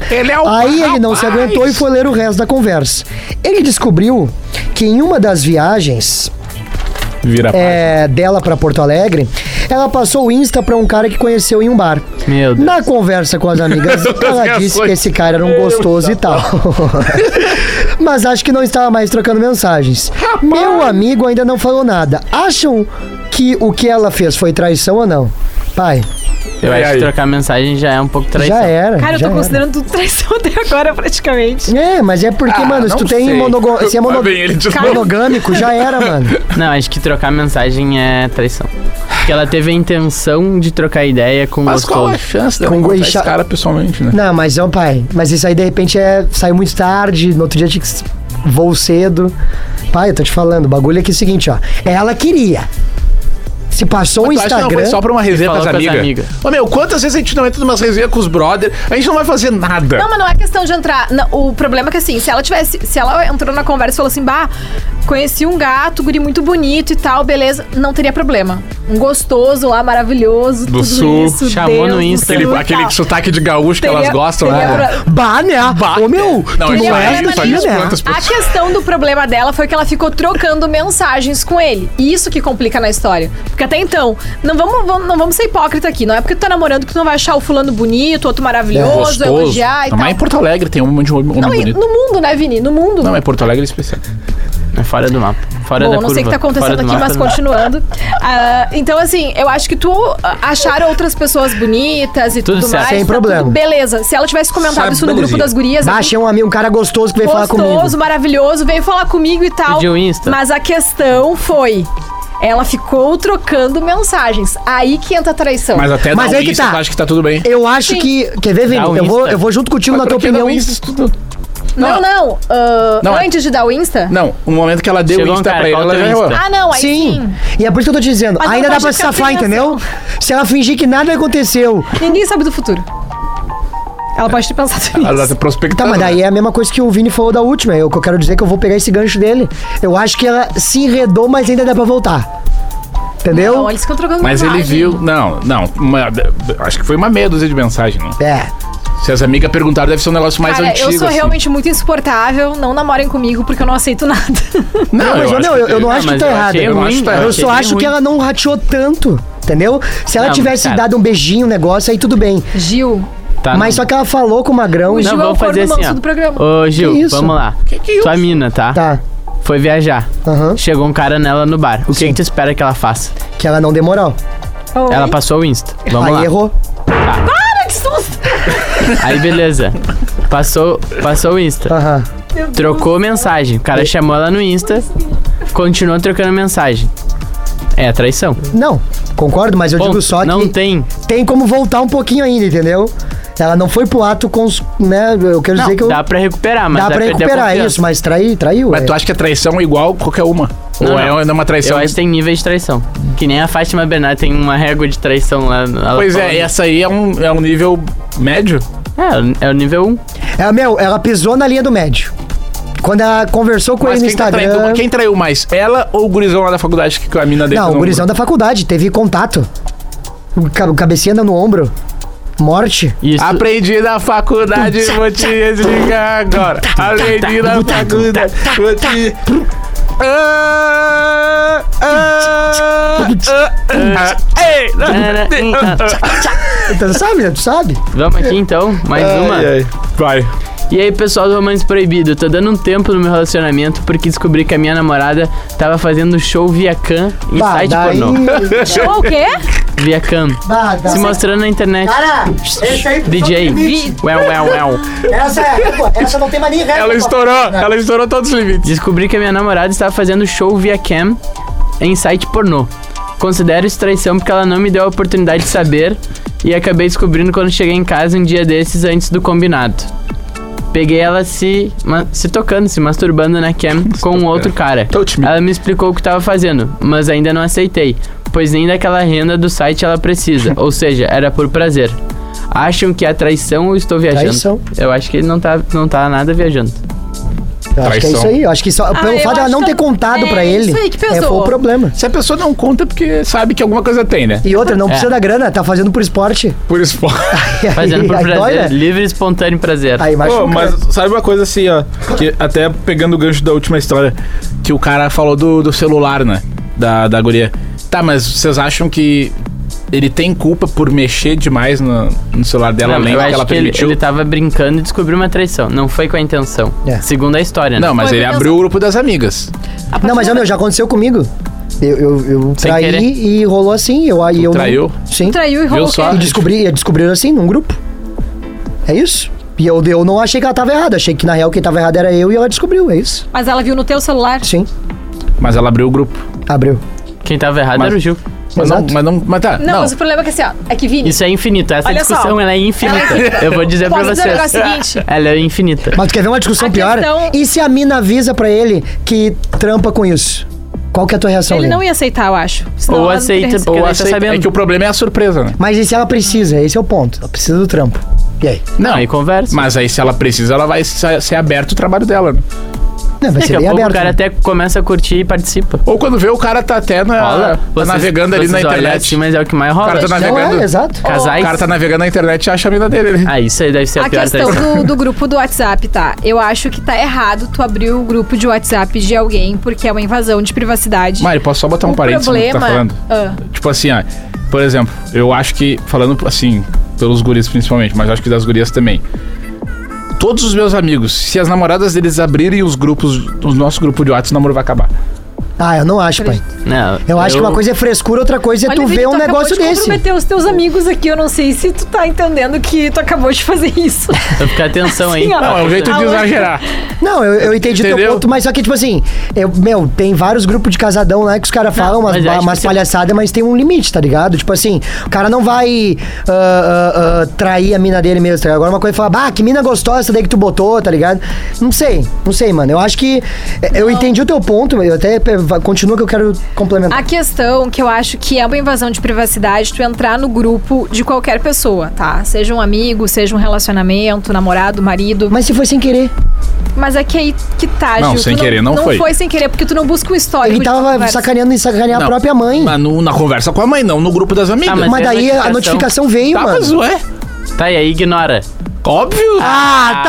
S4: Ele é o.
S1: Aí ele não se
S4: rapaz.
S1: aguentou e foi ler o resto da conversa. Ele descobriu que em uma das viagens
S4: Vira
S1: é, dela pra Porto Alegre, ela passou o Insta pra um cara que conheceu em um bar.
S2: Meu Deus.
S1: Na conversa com as amigas, ela disse que esse cara era um gostoso e tal. <laughs> Mas acho que não estava mais trocando mensagens. Meu amigo ainda não falou nada. Acham que o que ela fez foi traição ou não? Pai,
S2: Eu
S4: E
S2: acho
S4: aí?
S2: que trocar mensagem já é um pouco traição.
S1: já era.
S3: Cara, eu
S1: já
S3: tô
S1: era.
S3: considerando tudo traição <laughs> até agora, praticamente.
S1: É, mas é porque,
S4: Ah,
S1: mano, se
S4: não
S1: tu tem
S4: sei.
S1: monogo... se é
S4: Lá
S1: mono-
S4: vem ele de novo.
S1: monogâmico, já era, mano.
S2: Não, acho que trocar mensagem é traição. Porque ela teve a intenção de trocar ideia com o
S4: Mas qual é a
S2: gostoso.
S4: chance dela
S1: Com
S4: encontrar
S1: goixa-
S4: esse cara pessoalmente, né?
S1: Não, mas ó, pai, mas isso aí de repente é. Saiu muito tarde, no outro dia tinha que. s- Voo cedo. Pai, eu tô te falando, o bagulho aqui é o seguinte, ó. Ela queria. Se passou o
S4: Tu acha que não
S1: Instagram.
S4: foi só pra uma resenha com
S2: Falou
S4: as
S2: com as
S4: amigas.
S2: amigas.
S4: Ô meu, quantas vezes a gente não entra numas resenhas com os brother? A gente não vai fazer nada.
S3: Não, mas não é questão de entrar. Não, o problema é que assim, se ela tivesse. Se ela entrou na conversa e falou assim, bah, conheci um gato, guri muito bonito e tal, beleza, não teria problema. Um gostoso lá, maravilhoso, tudo
S4: sul,
S3: isso.
S2: chamou
S3: Deus
S2: no
S3: do tá.
S2: Insta.
S3: céu
S4: aquele
S3: e
S4: aquele
S3: tal.
S4: sotaque de gaúcho que elas
S3: Teria-
S4: gostam,
S3: teria
S4: né?
S3: pro-
S1: Bah, né? Ô meu,
S4: Não,
S1: tu
S4: isso
S1: não
S4: aí-
S1: é
S3: isso aí
S1: daqui,
S3: as
S1: né?
S4: plantas-
S2: Tipo,
S3: A questão do problema dela foi que ela ficou trocando mensagens com ele. E isso que complica na história. Porque até então. Não vamos, vamos- não vamos ser hipócrita aqui. Não é porque tu tá namorando que tu não vai achar o fulano bonito, outro
S2: É
S3: maravilhoso, elogiar e
S4: Mas em
S3: tal.
S4: Porto Alegre tem um monte de homem
S3: Não, e
S4: bonito.
S3: no mundo, né, Vini? No mundo.
S4: Não, é Porto Alegre é especial.
S2: É fora do mapa. Fora da
S3: Bom,
S2: curva.
S3: não sei o que tá
S2: fora
S3: acontecendo
S2: do
S3: aqui,
S2: mapa.
S3: mas continuando. Ah, então, assim, eu acho que tu ah, achar outras pessoas bonitas e tudo,
S2: Tudo certo.
S3: mais.
S1: Sem
S3: tá
S1: problema.
S3: tudo beleza. Se ela tivesse comentado
S4: Sabe,
S3: isso no grupo
S4: belezinha.
S3: das gurias, assim,
S1: Baixa um amigo, um cara gostoso que veio falar
S3: gostoso,
S1: comigo.
S3: maravilhoso, veio falar comigo e tal.
S2: Pediu Insta.
S3: Mas a questão foi. Ela ficou trocando mensagens. Aí que entra a traição.
S4: Mas até
S1: Mas
S4: dar
S1: aí
S4: um
S1: que
S4: isso,
S1: tá.
S4: eu acho que tá tudo bem.
S1: Eu acho
S3: Sim.
S1: que. Quer ver, Vini?
S2: Dá um
S1: Eu vou,
S2: Insta.
S1: eu vou junto contigo na tua
S4: Porque
S1: opinião.
S4: não, isso tudo-
S3: não, não. ah,
S4: Não, é-
S3: antes de dar o Insta?
S4: Não, no momento que ela deu
S2: Chegou um
S4: o Insta
S2: cara,
S4: pra ele,
S2: qual
S4: ela
S2: o teu
S4: já errou.
S2: Insta?
S3: Ah, não, aí
S1: Sim.
S3: sim.
S1: E é por isso que eu tô te dizendo.
S3: Mas
S1: ainda
S3: não
S1: dá
S3: pode
S1: pra se
S3: ficar
S1: safar,
S3: sem
S1: entendeu? Se ela fingir que nada aconteceu.
S3: Ninguém sabe do futuro. Ela pode ter pensado nisso.
S4: Ela tá
S1: Tá,
S4: prospectando.
S1: mas daí
S4: né?
S1: é a mesma coisa que o Vini falou da última. Eu, que eu quero dizer é que eu vou pegar esse gancho dele. Eu acho que ela se enredou, mas ainda dá pra voltar. Entendeu?
S3: Não, eles ficam trocando
S4: Mas ele
S3: mensagem.
S4: viu. Não, não. uma- acho que foi uma meia dúzia de mensagem, não.
S1: É.
S4: Se as amigas perguntaram, deve ser um negócio mais
S3: Cara,
S4: antigo.
S3: eu sou
S4: assim.
S3: realmente muito insuportável. Não namorem comigo porque eu não aceito nada.
S2: Ah,
S4: Não,
S1: Mas eu,
S4: acho
S1: não,
S4: que é.
S1: eu, eu não
S4: teve.
S1: acho que
S2: mas
S1: tá
S2: eu
S1: errado.
S2: achei
S4: Eu
S2: ruim,
S4: acho que tá
S2: eu
S4: errado.
S1: Eu
S4: achei
S1: só
S2: bem
S1: acho
S2: ruim.
S1: que ela não rateou tanto, entendeu? Se ela
S2: Não,
S1: tivesse
S2: cara.
S1: dado um beijinho, um negócio, aí tudo bem.
S3: Gil,
S2: Tá,
S1: Mas
S2: não.
S1: só que ela falou com o Magrão né?
S3: O
S1: e.
S3: Gil-
S2: Não, vamos
S3: é o
S2: fazer
S3: corno
S2: assim,
S3: manso
S2: ó.
S3: do programa.
S2: Ô,
S1: Que
S2: Gil,
S1: isso?
S2: vamos lá.
S4: Que que é
S2: Tua
S4: isso?
S2: mina, tá?
S1: Tá.
S2: Foi viajar.
S1: Aham.
S2: Chegou um cara nela no bar. O que,
S1: Sim.
S2: que tu espera que ela faça?
S1: Que ela não demorou.
S3: Oi.
S2: Ela passou o Insta. Vamos
S1: aí
S2: lá.
S1: errou.
S3: Para, que susto!
S2: Aí
S1: <laughs>
S2: beleza. Passou, passou o Insta.
S1: Aham.
S2: Trocou mensagem. O cara chamou ela no Insta. Continuou trocando mensagem. É traição.
S1: Não, concordo, mas eu
S2: Bom,
S1: digo só
S2: não
S1: que
S2: tem.
S1: tem como voltar um pouquinho ainda, entendeu? Ela não foi pro ato com os. né? Eu quero dizer que eu.
S2: Dá pra recuperar, mas
S1: dá
S2: vai
S1: pra
S2: perder a
S1: recuperar
S2: confiança.
S1: isso, mas trair, traiu.
S4: Mas
S1: é.
S4: tu acha que a traição é igual qualquer uma?
S2: Não,
S4: Ou
S2: não.
S4: é uma
S2: Eu
S4: traição?
S2: acho que tem níveis de traição. Que nem a Fátima Bernardo tem uma régua de traição lá. ela
S4: Pois
S2: fala-
S4: é, essa aí é um, é um nível médio.
S2: É, é o nível 1.
S1: É, meu, ela pisou na linha do médio. Quando ela conversou com
S4: Mas
S1: ele no
S4: quem, tá
S1: Instagram.
S4: traindo- quem traiu mais? Ela ou o gurizão lá da faculdade que a mina dele
S1: Não, o gurizão da faculdade, teve contato. O ca- Cabecinha no ombro. Morte.
S2: Isso.
S4: Ah, Aprendi na faculdade, vou te desligar agora. Aprendi na faculdade, vou te. Ah, ah, ah, ah, ei,
S1: Tu sabe, né? Tu sabe?
S2: Vamos aqui então, mais uma.
S4: Ai, ai. Vai.
S2: E aí, pessoal do Romance Proibido, tô dando um tempo no meu relacionamento porque descobri que a minha namorada tava fazendo show via Cam em
S1: Bah,
S2: site
S1: daí.
S2: pornô.
S3: Show Então, o quê?
S2: Via Cam.
S1: <laughs> Bah, daí.
S2: Se mostrando na internet.
S5: Cara, esse aí.
S2: DJ. Well, well, well.
S5: Essa, é- pô, essa não tem mais nem regra.
S4: Ela
S5: pô.
S4: estourou, ela estourou todos os limites.
S2: Descobri que a minha namorada estava fazendo show via Cam em site pornô. Considero isso traição porque ela não me deu a oportunidade de saber e acabei descobrindo quando cheguei em casa um dia desses antes do combinado. Peguei ela se, ma- se tocando, se masturbando na cam com um outro cara.
S4: Touch me.
S2: Ela me explicou o que estava fazendo, mas ainda não aceitei, pois nem daquela renda do site ela
S4: <laughs>
S2: precisa, ou seja, era por prazer. Acham que é traição ou estou viajando?
S1: Traição.
S2: Eu acho que ele não tá, não tá nada viajando.
S1: Eu acho que é
S4: Traição.
S1: isso aí. Eu acho que só
S5: Ah,
S1: pelo
S3: eu
S1: fato dela
S3: acho
S1: não
S3: que
S1: ter
S3: eu-
S1: contado
S3: é,
S1: pra ele.
S3: isso aí que
S1: é,
S3: pesou.
S1: foi o problema.
S4: Se a pessoa não conta, é porque sabe que alguma coisa tem, né?
S1: E outra, não
S2: É.
S1: precisa da grana, tá fazendo por esporte.
S4: Por isso, pô.
S1: <laughs>
S2: Fazendo por
S1: Aí dói,
S2: prazer,
S1: né?
S2: livre e espontâneo prazer.
S1: Aí machuca.
S4: Pô, mas sabe uma coisa assim, ó, que até pegando o gancho da última história, que o cara falou do, do celular, né? Da, da guria. Tá, mas vocês acham que ele tem culpa por mexer demais no, no celular dela,
S2: Não,
S4: além
S2: eu
S4: do que
S2: acho
S4: ela
S2: que ele,
S4: permitiu?
S2: ele tá- tava brincando e descobriu uma traição. Não foi com a intenção.
S1: É.
S2: Segundo a história, né?
S4: Não, mas
S3: Foi
S4: ele
S3: por
S4: abriu o grupo das amigas.
S1: Não, mas ó, meu, já aconteceu comigo. Eu, eu, eu
S2: Sem
S1: traí
S2: querer.
S1: e rolou assim. Eu, aí eu não-
S4: traiu?
S1: Sim.
S3: Traiu e rolou o quê?
S4: só?
S1: E descobri, e descobriram assim, num grupo. É isso. E eu, eu não achei que ela tava errada. Achei que na real quem tava errado era eu e ela descobriu. É isso.
S3: Mas ela viu no teu celular.
S1: Sim.
S4: Mas ela abriu o grupo.
S1: Abriu.
S2: Quem tava errado
S4: Mas-
S2: era o Gil.
S4: Mas não,
S1: Exato.
S4: mas não. Mas tá.
S3: Não,
S4: Não,
S3: mas o problema é que assim, ó, é que Vini.
S2: Isso é infinito. Essa
S3: Olha
S2: discussão,
S3: só.
S2: ela é infinita.
S3: Ela é infinita.
S2: Eu vou dizer
S3: Posso
S2: pra
S3: dizer o
S2: vocês.
S3: negócio
S2: <laughs>
S3: seguinte?
S2: Ela é infinita.
S1: Mas tu quer ver uma discussão
S3: A
S1: pior?
S3: questão-
S1: E se a mina avisa pra ele que trampa com isso? Qual que é a tua reação,
S3: Ele
S1: Lê?
S3: não ia aceitar, eu acho. Senão
S2: um Ou
S3: ela não
S2: aceita,
S3: teria
S2: ou
S4: eu
S2: ela tá
S4: aceito.
S2: sabendo.
S4: É que o problema é a surpresa, né?
S1: Mas e se ela precisa? Esse é o ponto. Ela precisa do trampo. E aí?
S2: Aí conversa.
S4: Mas aí, se ela precisa, ela vai sa- ser aberto o trabalho dela. né?
S1: Não, vai
S2: Daqui
S1: ser
S2: a
S1: bem
S2: pouco
S1: aberto.
S2: o cara até começa a curtir e participa.
S4: Ou quando vê, o cara tá até na,
S2: Rola.
S4: tá
S2: Vocês-
S4: navegando ali na
S2: vocês olham
S4: internet.
S2: assim, mas é o que mais rola.
S4: O cara
S1: Não,
S4: tá navegando.
S1: é, exato.
S4: O
S2: Casais.
S4: cara tá navegando na internet e acha a mina dele. né?
S2: Ah, isso aí deve ser a,
S3: A
S2: pior
S3: questão
S2: traição.
S3: do, do grupo do WhatsApp, tá? Eu acho que tá errado tu abrir o grupo de WhatsApp de alguém, porque é uma invasão de privacidade.
S4: Mari, posso só botar um
S3: O
S4: parênteses no que tu tá
S3: problema-
S4: falando?
S3: Ah.
S4: Tipo assim, ó, por exemplo, eu acho que, falando assim, pelos guris principalmente, mas acho que das gurias também. Todos os meus amigos, se as namoradas deles abrirem os grupos, os nossos grupos de WhatsApp, o namoro vai acabar.
S1: Ah, eu não acho, pai.
S2: Não,
S1: Eu acho que uma coisa é frescura, outra coisa é
S3: Olha,
S1: tu
S3: Vicky,
S1: ver um
S3: acabou
S1: negócio
S3: de
S1: desse.
S3: comprometer os teus amigos aqui, eu não sei se tu tá entendendo que tu acabou de fazer
S2: <laughs>
S3: isso.
S2: Então fica atenção aí.
S3: Assim, ó.
S4: Não, é um jeito de
S3: Ah,
S4: exagerar.
S1: Não, eu, eu entendi o teu
S4: Entendeu?
S1: ponto, mas só que, tipo assim, eu, meu, tem vários grupos de casadão lá que os caras falam umas,
S2: mas eu acho que
S1: umas
S2: você-
S1: palhaçadas, mas tem um limite, tá ligado? Tipo assim, o cara não vai ah, ah, ah, trair a mina dele mesmo, tá ligado? Agora uma coisa é falar, bah, que mina gostosa essa daí que tu botou, tá ligado? Não sei, não sei, mano. Eu acho que. é, Eu entendi o teu ponto, eu até continua que eu quero complementar.
S3: A questão que eu acho que é uma invasão de privacidade tu entrar no grupo de qualquer pessoa, tá? Seja um amigo, seja um relacionamento, namorado, marido.
S1: Mas se foi sem querer.
S3: Mas é que aí que tá,
S4: Não,
S3: Gil, tu
S4: sem querer, não foi.
S3: Não foi sem querer, porque tu não busca o histórico.
S1: Ele
S3: de
S1: tava
S3: conversa.
S1: sacaneando e sacanear a
S4: Não.
S1: própria mãe.
S4: Mas no- na conversa com a mãe, não, no grupo das amigas.
S2: Ah, mas
S1: Mas
S2: é a
S1: daí a
S2: notificação.
S1: notificação veio,
S4: Tá,
S1: mano.
S4: mas ué.
S2: Tá, e aí ignora.
S4: Óbvio.
S1: Ah,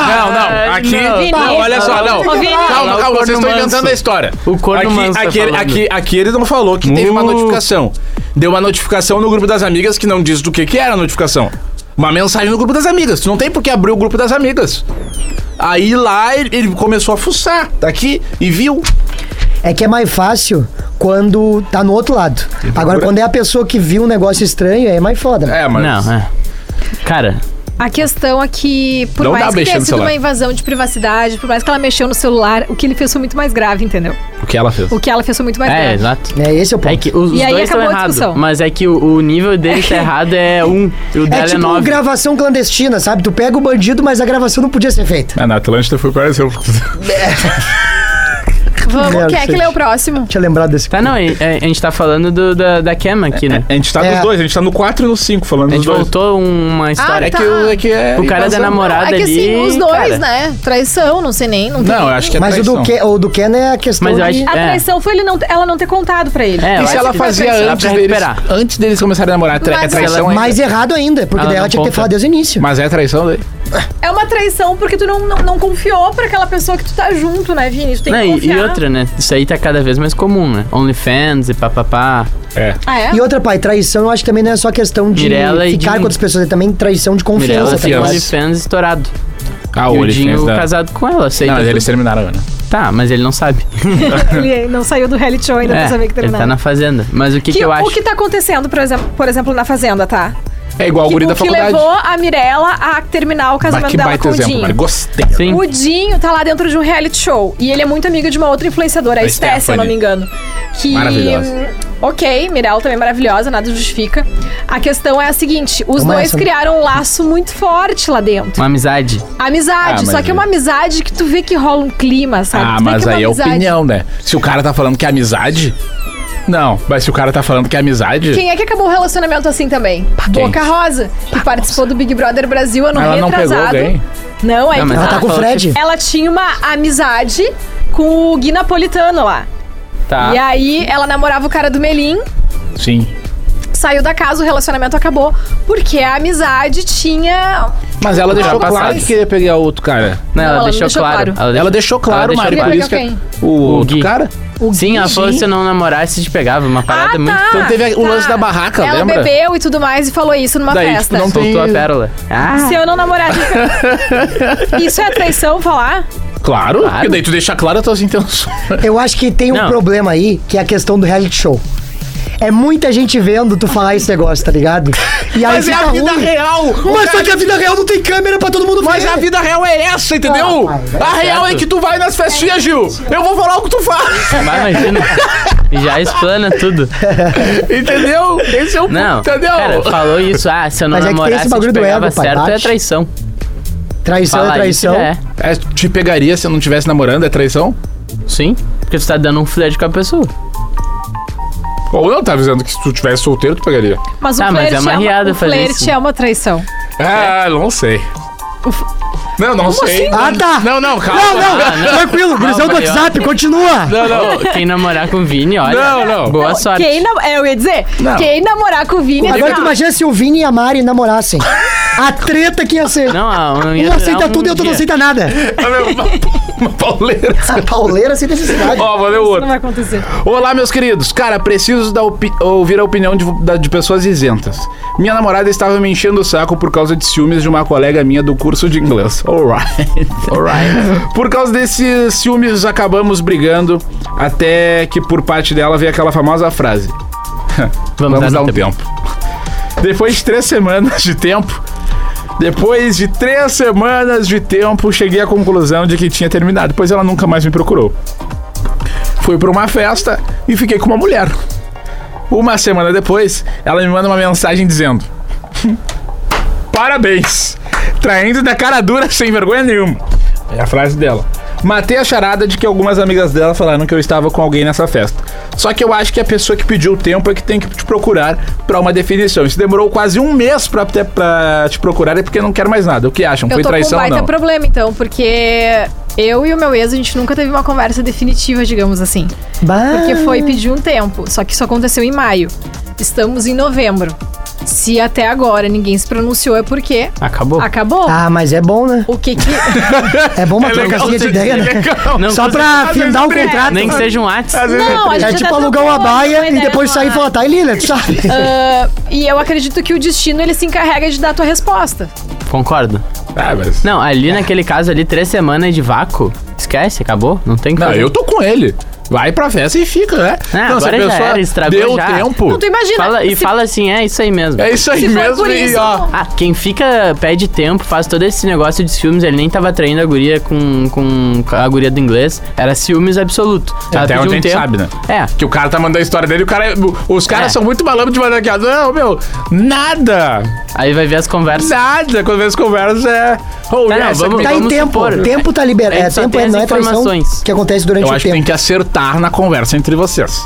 S4: Não, não. Aqui.
S2: tá. não.
S4: Não,
S3: Vini,
S4: olha só,
S3: não.
S4: não.
S3: Ô, Vini.
S4: Calma,
S2: Lá o
S4: calma, vocês
S2: corno
S4: estão
S2: manso.
S4: inventando a história.
S2: O corno
S4: aqui,
S2: manso tá
S4: aqui, ele-
S2: falando.
S4: aqui, aqui ele não falou que teve uma
S2: Uh.
S4: notificação. Deu uma notificação no grupo das amigas que não diz do que, que era a notificação. Uma mensagem no grupo das amigas. Tu não tem por que abrir o grupo das amigas. Aí lá ele, ele começou a fuçar daqui e viu.
S1: É que é mais fácil quando tá no outro lado. Agora, quando é a pessoa que viu um negócio estranho, aí é mais foda. mano.
S4: É, mas.
S2: Não, é. Cara,
S3: A questão é que, por
S4: Não dá
S3: mais que
S4: mexer
S3: tenha
S4: no
S3: sido
S4: celular.
S3: uma invasão de privacidade, por mais que ela mexeu no celular, o que ele fez foi muito mais grave, entendeu?
S4: O que ela fez?
S3: O que ela fez foi muito mais
S2: é,
S3: grave.
S2: exato.
S1: É, esse é o ponto.
S2: É que os
S3: E aí
S2: dois estão
S3: acabou a
S2: errados,
S3: discussão.
S2: mas é que o, o nível dele
S3: <laughs>
S2: tá errado é um e o
S1: É
S2: dela é
S1: tipo uma
S2: 9.
S1: gravação clandestina, sabe? Tu pega o bandido, mas a gravação não podia ser feita.
S4: Ah, na Atlântida foi parecer.
S3: Vamos,
S1: Merda,
S3: quem é que
S1: gente.
S3: lê o próximo?
S1: Tinha lembrado desse.
S2: Tá, não, e- é, a gente tá falando do- da, da Kema aqui, né?
S4: A gente tá
S1: É.
S4: nos dois, a gente tá no 4 e no cinco falando
S2: A
S4: dos
S2: gente
S4: dois.
S2: voltou uma história.
S4: É
S3: Ah, tá.
S4: que, o- é que é.
S2: O cara da
S4: invasão.
S2: namorada
S3: é que
S2: ali.
S3: assim, os dois,
S2: cara.
S3: né? Traição, não sei nem. Não tem
S4: Não, eu
S3: nem-
S4: acho que é
S1: Mas o do,
S4: traição.
S1: Ken, o do Ken é a questão
S2: Mas eu
S1: de...
S2: acho-
S3: A
S2: É.
S3: traição foi ele não, ela não ter contado pra ele.
S2: É, eu
S4: E se
S2: acho
S4: ela
S2: que
S4: fazia
S2: dá pra
S4: antes deles,
S2: recuperar.
S4: antes deles começarem a namorar, tra-
S3: Mas
S4: é traição
S2: ela-
S4: ainda.
S1: Mais errado ainda, porque
S2: Ela
S1: daí ela
S2: não
S1: tinha que ter
S2: conta.
S1: falado desde o início.
S4: Mas é traição dele?
S3: É uma traição porque tu não, não, não confiou pra aquela pessoa que tu tá junto, né, Vini? Tu tem
S2: Não,
S3: que
S2: e- e,
S3: confiar.
S2: outra, né? Isso aí tá cada vez mais comum, né? OnlyFans e papapá.
S4: É.
S3: Ah, é?
S1: E outra, pai, traição eu acho que também não é só questão de
S2: Mirella e
S1: ficar
S2: de-
S1: com outras pessoas, é também traição de
S2: Mirella
S1: confiança. tá
S2: tem
S1: ligado?
S4: confiança.
S2: OnlyFans estourado.
S4: Ah,
S2: e o
S4: olho
S2: Dinho casado com ela, aceita.
S4: Não, mas
S2: tudo.
S4: eles terminaram, né?
S2: Tá, mas ele não sabe.
S3: Ele não saiu do reality show ainda pra saber que
S2: ele
S3: terminaram.
S2: tá na fazenda. Mas o que, que,
S3: Que-
S2: eu
S3: o
S2: acho?
S3: que tá acontecendo, por exemplo, por exemplo na Fazenda, tá?
S4: É igual o
S3: que,
S4: guri da
S3: que
S4: faculdade.
S3: levou a Mirella a terminar o
S4: Bah,
S3: casamento
S4: que
S3: dela
S4: baita
S3: com o
S4: exemplo,
S3: Dinho.
S4: mano. Gostei.
S2: Sim.
S3: O Dinho tá lá dentro de um reality show. E ele é muito amigo de uma outra influenciadora, a
S4: Da
S3: Steph, se eu não
S4: Stephanie.
S3: me engano. Que.
S4: Maravilhosa.
S3: hum, Ok, Mirella também maravilhosa, nada justifica. A questão é a seguinte: os
S1: Uma
S3: dois
S1: essa, né?
S3: criaram um laço muito forte lá dentro.
S2: Uma amizade.
S3: Amizade,
S4: Ah, mas
S3: só que é uma amizade que tu vê que rola um clima, sabe?
S4: Ah,
S3: tu vê
S4: mas
S3: que
S4: aí é
S3: uma amizade.
S4: opinião, né? Se o cara tá falando que é amizade. Não, mas se o cara tá falando que é amizade.
S3: Quem é que acabou o relacionamento assim também?
S4: Quem?
S3: Boca Rosa, que participou do Big Brother Brasil ano
S4: Ela não pegou
S3: retrasado.
S4: alguém?
S3: Não, é
S2: Não,
S3: que
S2: mas
S1: Ela
S3: tá.
S1: tá com o Fred.
S3: Ela tinha uma amizade com o Gui Napolitano lá.
S2: Tá.
S3: E aí ela namorava o cara do Melim,
S4: Sim.
S3: saiu da casa, o relacionamento acabou, porque a amizade tinha.
S4: Mas ela deixou
S2: passados.
S4: claro que queria pegar outro cara.
S2: Não, ela,
S3: ela não
S2: deixou,
S3: deixou
S2: claro.
S3: claro.
S4: Ela deixou claro,
S2: deixou
S4: Mari, por
S3: claro.
S4: isso que
S3: Quem?
S4: o, outro
S2: Gui.
S4: cara.
S2: Sim, ela falou
S4: Sim.
S2: que se não namorasse, te pegava. Uma parada muito.
S4: Então teve o lance da barraca,
S3: ela
S4: Tá, lembra?
S3: bebeu e tudo mais e falou isso numa
S4: Daí,
S3: festa.
S4: tipo, não tem-
S2: Soltou a pérola.
S3: Se
S2: Ah,
S3: eu
S4: <laughs>
S3: não namorar. isso é traição falar?
S4: Claro,
S2: Claro.
S4: porque daí tu deixa claro as tuas intenções.
S1: Eu acho que tem um
S2: Não.
S1: problema aí, que é a questão do reality show. É muita gente vendo tu falar esse negócio, tá ligado? E aí
S4: Mas é
S1: fica
S4: a vida
S1: ruim.
S4: real! é
S1: Mas só que a vida real não tem câmera pra todo mundo ver.
S4: Mas a vida real é essa, entendeu?
S1: Ah,
S4: a real
S2: certo.
S4: é que tu vai nas festinhas, Gil. Eu vou falar o que tu faz. <laughs>
S2: mas imagina. Já explana tudo.
S4: entendeu? Esse é o
S2: Não.
S4: ponto, entendeu?
S2: Cara, falou isso. Ah, se eu não
S1: Mas é que tem esse
S2: namorasse,
S1: bagulho
S2: te
S1: do
S2: pegava
S1: ego, pai,
S2: certo, é
S1: bate.
S2: traição.
S1: Traição
S2: Falar
S1: é traição.
S2: Isso, é.
S4: É, te pegaria se eu não tivesse namorando, é traição?
S2: Sim. Porque tu tá dando um flerte com a pessoa.
S4: Ou não, tá avisando que se tu tivesse solteiro, tu pegaria.
S3: Mas o
S2: Tá, mas
S3: flerte
S2: é uma riada
S3: o
S2: fazer
S3: flerte
S2: isso.
S3: é uma traição.
S4: Ah, não sei. Ah, Não, não sei.
S1: Ah, tá.
S4: Não, não, calma.
S1: Não, não, tranquilo, gurizão do
S2: Maria.
S1: WhatsApp, continua.
S2: Não, não, quem namorar com o Vini, olha.
S4: Não, não.
S2: Boa sorte.
S3: Quem nam- é, eu ia dizer,
S4: Não.
S3: quem namorar com o Vini...
S1: Agora
S3: assim,
S1: tu
S3: ó,
S1: imagina se o Vini e a Mari namorassem. A treta que ia ser.
S2: Não, ah, não ia
S1: um
S2: durar
S1: aceita tudo e outro não
S2: dia.
S1: aceita nada.
S4: <laughs> Uma pauleira.
S1: Essa pauleira sem necessidade.
S4: Ó, valeu
S3: Isso não
S4: outro.
S3: vai acontecer.
S4: Olá, meus queridos. Cara, preciso da opi- ouvir a opinião de, da- de pessoas isentas. Minha namorada estava me enchendo o saco por causa de ciúmes de uma colega minha do curso de inglês. <laughs> Alright. Alright. Por causa desses ciúmes, acabamos brigando até que por parte dela veio aquela famosa frase. <laughs> Vamos, dar, um tempo. Depois de três semanas de tempo. Depois de três semanas de tempo, cheguei à conclusão de que tinha terminado, pois ela nunca mais me procurou. Fui pra uma festa e fiquei com uma mulher. Uma semana depois, ela me manda uma mensagem dizendo: <laughs> Parabéns! Traindo da cara dura sem vergonha nenhuma. É a frase dela. Matei a charada de que algumas amigas dela falaram que eu estava com alguém nessa festa. Só que eu acho que a pessoa que pediu o tempo é que tem que te procurar pra uma definição. Isso demorou quase um mês pra, te- pra te procurar, é porque não quero mais nada. O que acham?
S3: Eu
S4: Foi
S3: tô com um
S4: traição ou
S3: baita
S4: não?
S3: problema, então, porque eu e o meu ex, a gente nunca teve uma conversa definitiva, digamos assim.
S1: Bah.
S3: Porque foi pedir um tempo, só que isso aconteceu em maio. Estamos em novembro. Se até agora ninguém se pronunciou, é porque
S2: Acabou.
S3: acabou.
S1: Ah, mas é bom, né?
S3: O que que...
S1: <laughs> É bom uma
S4: É legal
S1: trocazinha de
S4: ser-
S1: ideia,
S4: <laughs>
S1: né?
S4: legal.
S2: Não,
S1: Só
S2: custa-
S1: pra findar o
S4: vezes
S1: contrato.
S2: Nem que seja um WhatsApp.
S3: Não, a gente
S1: É
S3: até
S1: tipo
S3: trocou
S1: alugar uma baia e
S3: ideia
S1: depois
S3: no
S1: sair e
S3: ar.
S1: falar, tá,
S3: <laughs>
S1: Elina, tu sabe?
S3: Ah, e eu acredito que o destino ele se encarrega de dar a tua resposta.
S2: Concordo.
S4: Ah, mas...
S2: Não, ali naquele caso ali, três semanas de vácuo, esquece, acabou. Não tem o que
S4: Não,
S2: fazer.
S4: eu tô com ele. Vai pra festa e fica, né?
S2: é. Ah,
S4: não, se a
S2: agora já
S4: pessoa
S2: era, estragou
S4: deu
S2: já.
S4: tempo.
S3: Não, tu imagina.
S2: Fala- e
S3: se-
S2: fala assim, é isso aí mesmo.
S4: É isso aí
S3: Se for
S4: mesmo,
S3: por
S4: e
S3: isso,
S4: ó.
S3: não.
S2: Ah, quem fica, pede tempo, faz todo esse negócio de ciúmes, ele nem tava traindo a guria com, com a guria do inglês, era ciúmes absoluto. Ela
S4: Até
S2: pediu
S4: onde
S2: um
S4: a gente
S2: tempo-
S4: sabe, né?
S2: É.
S4: Que o cara tá mandando a história dele, o cara. Os caras
S2: É.
S4: são muito malandros de mandar aqui. ó, Não, meu, nada!
S2: Aí vai ver as conversas.
S4: Nada! Quando eles conversam é. Oh,
S2: Tá, não,
S4: essa
S2: vamos-
S4: que
S1: Tá em
S2: vamos
S1: tempo.
S2: supor.
S1: Tempo tá liberado.
S2: A gente
S1: É,
S2: só
S1: tempo
S2: tem
S1: é,
S2: as
S1: não é traição
S2: informações.
S1: que acontece durante
S4: Eu
S1: o
S4: acho que tem
S1: tempo.
S4: que acertar na conversa entre vocês.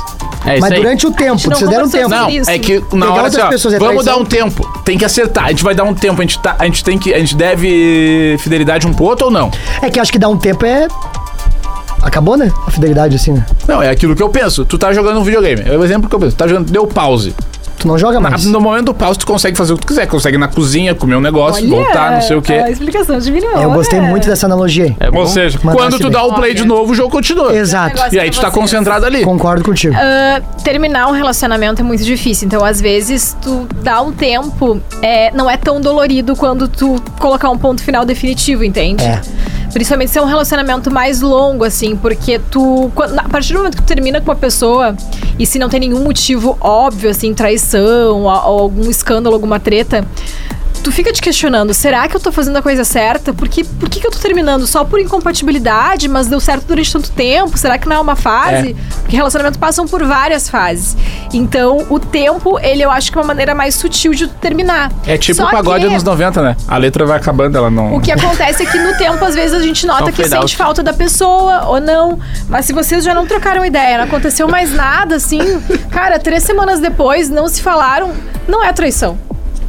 S2: É isso
S1: Mas
S2: aí.
S1: durante o tempo,
S3: não
S1: vocês deram
S3: conversou
S1: tempo.
S4: Não,
S3: sobre isso.
S4: é que na
S1: Pegar
S4: hora
S1: outras
S4: assim, ó,
S1: pessoas é
S4: vamos dar
S1: traição?
S4: um tempo. Tem que acertar. A gente vai dar um tempo. A gente, tá, a gente tem que. A gente deve fidelidade um pro outro ou não?
S1: É que acho que dar um tempo é. Acabou, né? A fidelidade, assim, né?
S4: Não, é aquilo que eu penso. Tu tá jogando um videogame. É o exemplo que eu penso. Tu tá jogando. Deu pause.
S1: Tu não joga
S4: Ah,
S1: mais.
S4: No momento do pause, tu consegue fazer o que tu quiser. Consegue ir na cozinha, comer um negócio, voltar, não sei o
S3: Olha, tá, a
S4: quê.
S3: explicação de
S1: É,
S3: milhão.
S1: eu gostei
S3: né?
S1: muito dessa analogia aí.
S2: É bom.
S4: Ou seja,
S1: Mas
S4: quando
S1: acho
S4: tu
S1: bem.
S4: dá o play de novo, o jogo continua.
S1: Exato.
S3: negócio
S4: E aí tu tá
S3: pra vocês.
S4: concentrado ali.
S1: Concordo contigo.
S3: Ah, terminar um relacionamento é muito difícil. Então, às vezes, tu dá um tempo, é, não é tão dolorido quando tu colocar um ponto final definitivo, entende?
S1: É.
S3: Principalmente se é um relacionamento mais longo, assim, porque tu. quando- a partir do momento que tu termina com uma pessoa, e se não tem nenhum motivo óbvio, assim, traição, ou, ou algum escândalo, alguma treta. Tu fica te questionando, será que eu tô fazendo a coisa certa? Porque, por que, que eu tô terminando? Só por incompatibilidade, mas deu certo durante tanto tempo? Será que não é uma fase? Porque relacionamentos passam por várias fases. Então, o tempo, ele eu acho que é uma maneira mais sutil de tu terminar.
S4: É tipo
S3: Só
S4: o pagode
S3: que-
S4: anos 90, né? A letra vai acabando, ela não.
S3: o que acontece é que no tempo, às vezes, a gente
S2: Só
S3: nota
S2: um
S3: que
S2: fade out.
S3: sente falta da pessoa ou não. Mas se vocês já não trocaram ideia, não aconteceu mais nada, assim, <laughs> cara, três semanas depois não se falaram, não é traição.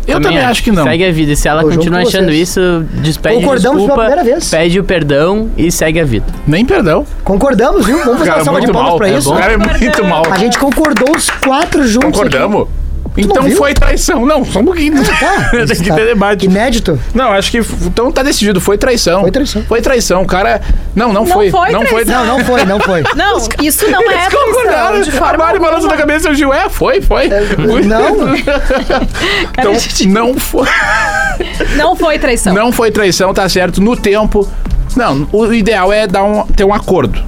S4: Eu também
S2: é.
S4: acho que não.
S2: Segue a vida. E se ela
S1: Eu junto
S2: continua
S1: com
S2: achando
S1: vocês.
S2: isso, despede
S1: Concordamos pela
S2: desculpa,
S1: primeira vez.
S2: pede o perdão e segue a vida.
S4: Nem perdão.
S1: Concordamos, viu? Vamos
S4: O
S1: fazer
S4: cara
S1: uma
S4: é
S1: salva de
S4: muito
S1: palmas
S4: mal.
S1: pra
S4: É
S1: isso.
S4: bom. O cara é muito mal.
S1: A gente concordou os quatro juntos.
S4: Concordamos?
S1: não
S4: Então
S1: viu?
S4: foi traição. Não, só
S1: <laughs>
S4: um pouquinho.
S1: Aqui.
S4: <laughs> Tem que
S1: Tá.
S4: ter debate.
S1: Inédito.
S4: Não, acho que. f- Então tá decidido. Foi traição.
S1: Foi traição.
S4: Foi traição. O cara. Não, não, foi.
S3: foi
S4: Não foi. <laughs>
S3: traição.
S1: Não, não foi, não foi.
S3: Não, isso não é
S4: Eles
S3: traição.
S4: concordaram.
S3: De
S4: a
S3: forma
S4: Mari balança da
S3: alguma.
S4: cabeça e o Gil, é, foi, foi.
S1: Não.
S4: então, não foi.
S3: Não foi traição.
S4: tá- Não foi traição, tá certo. No tempo. Não, o ideal é dar um, ter um acordo.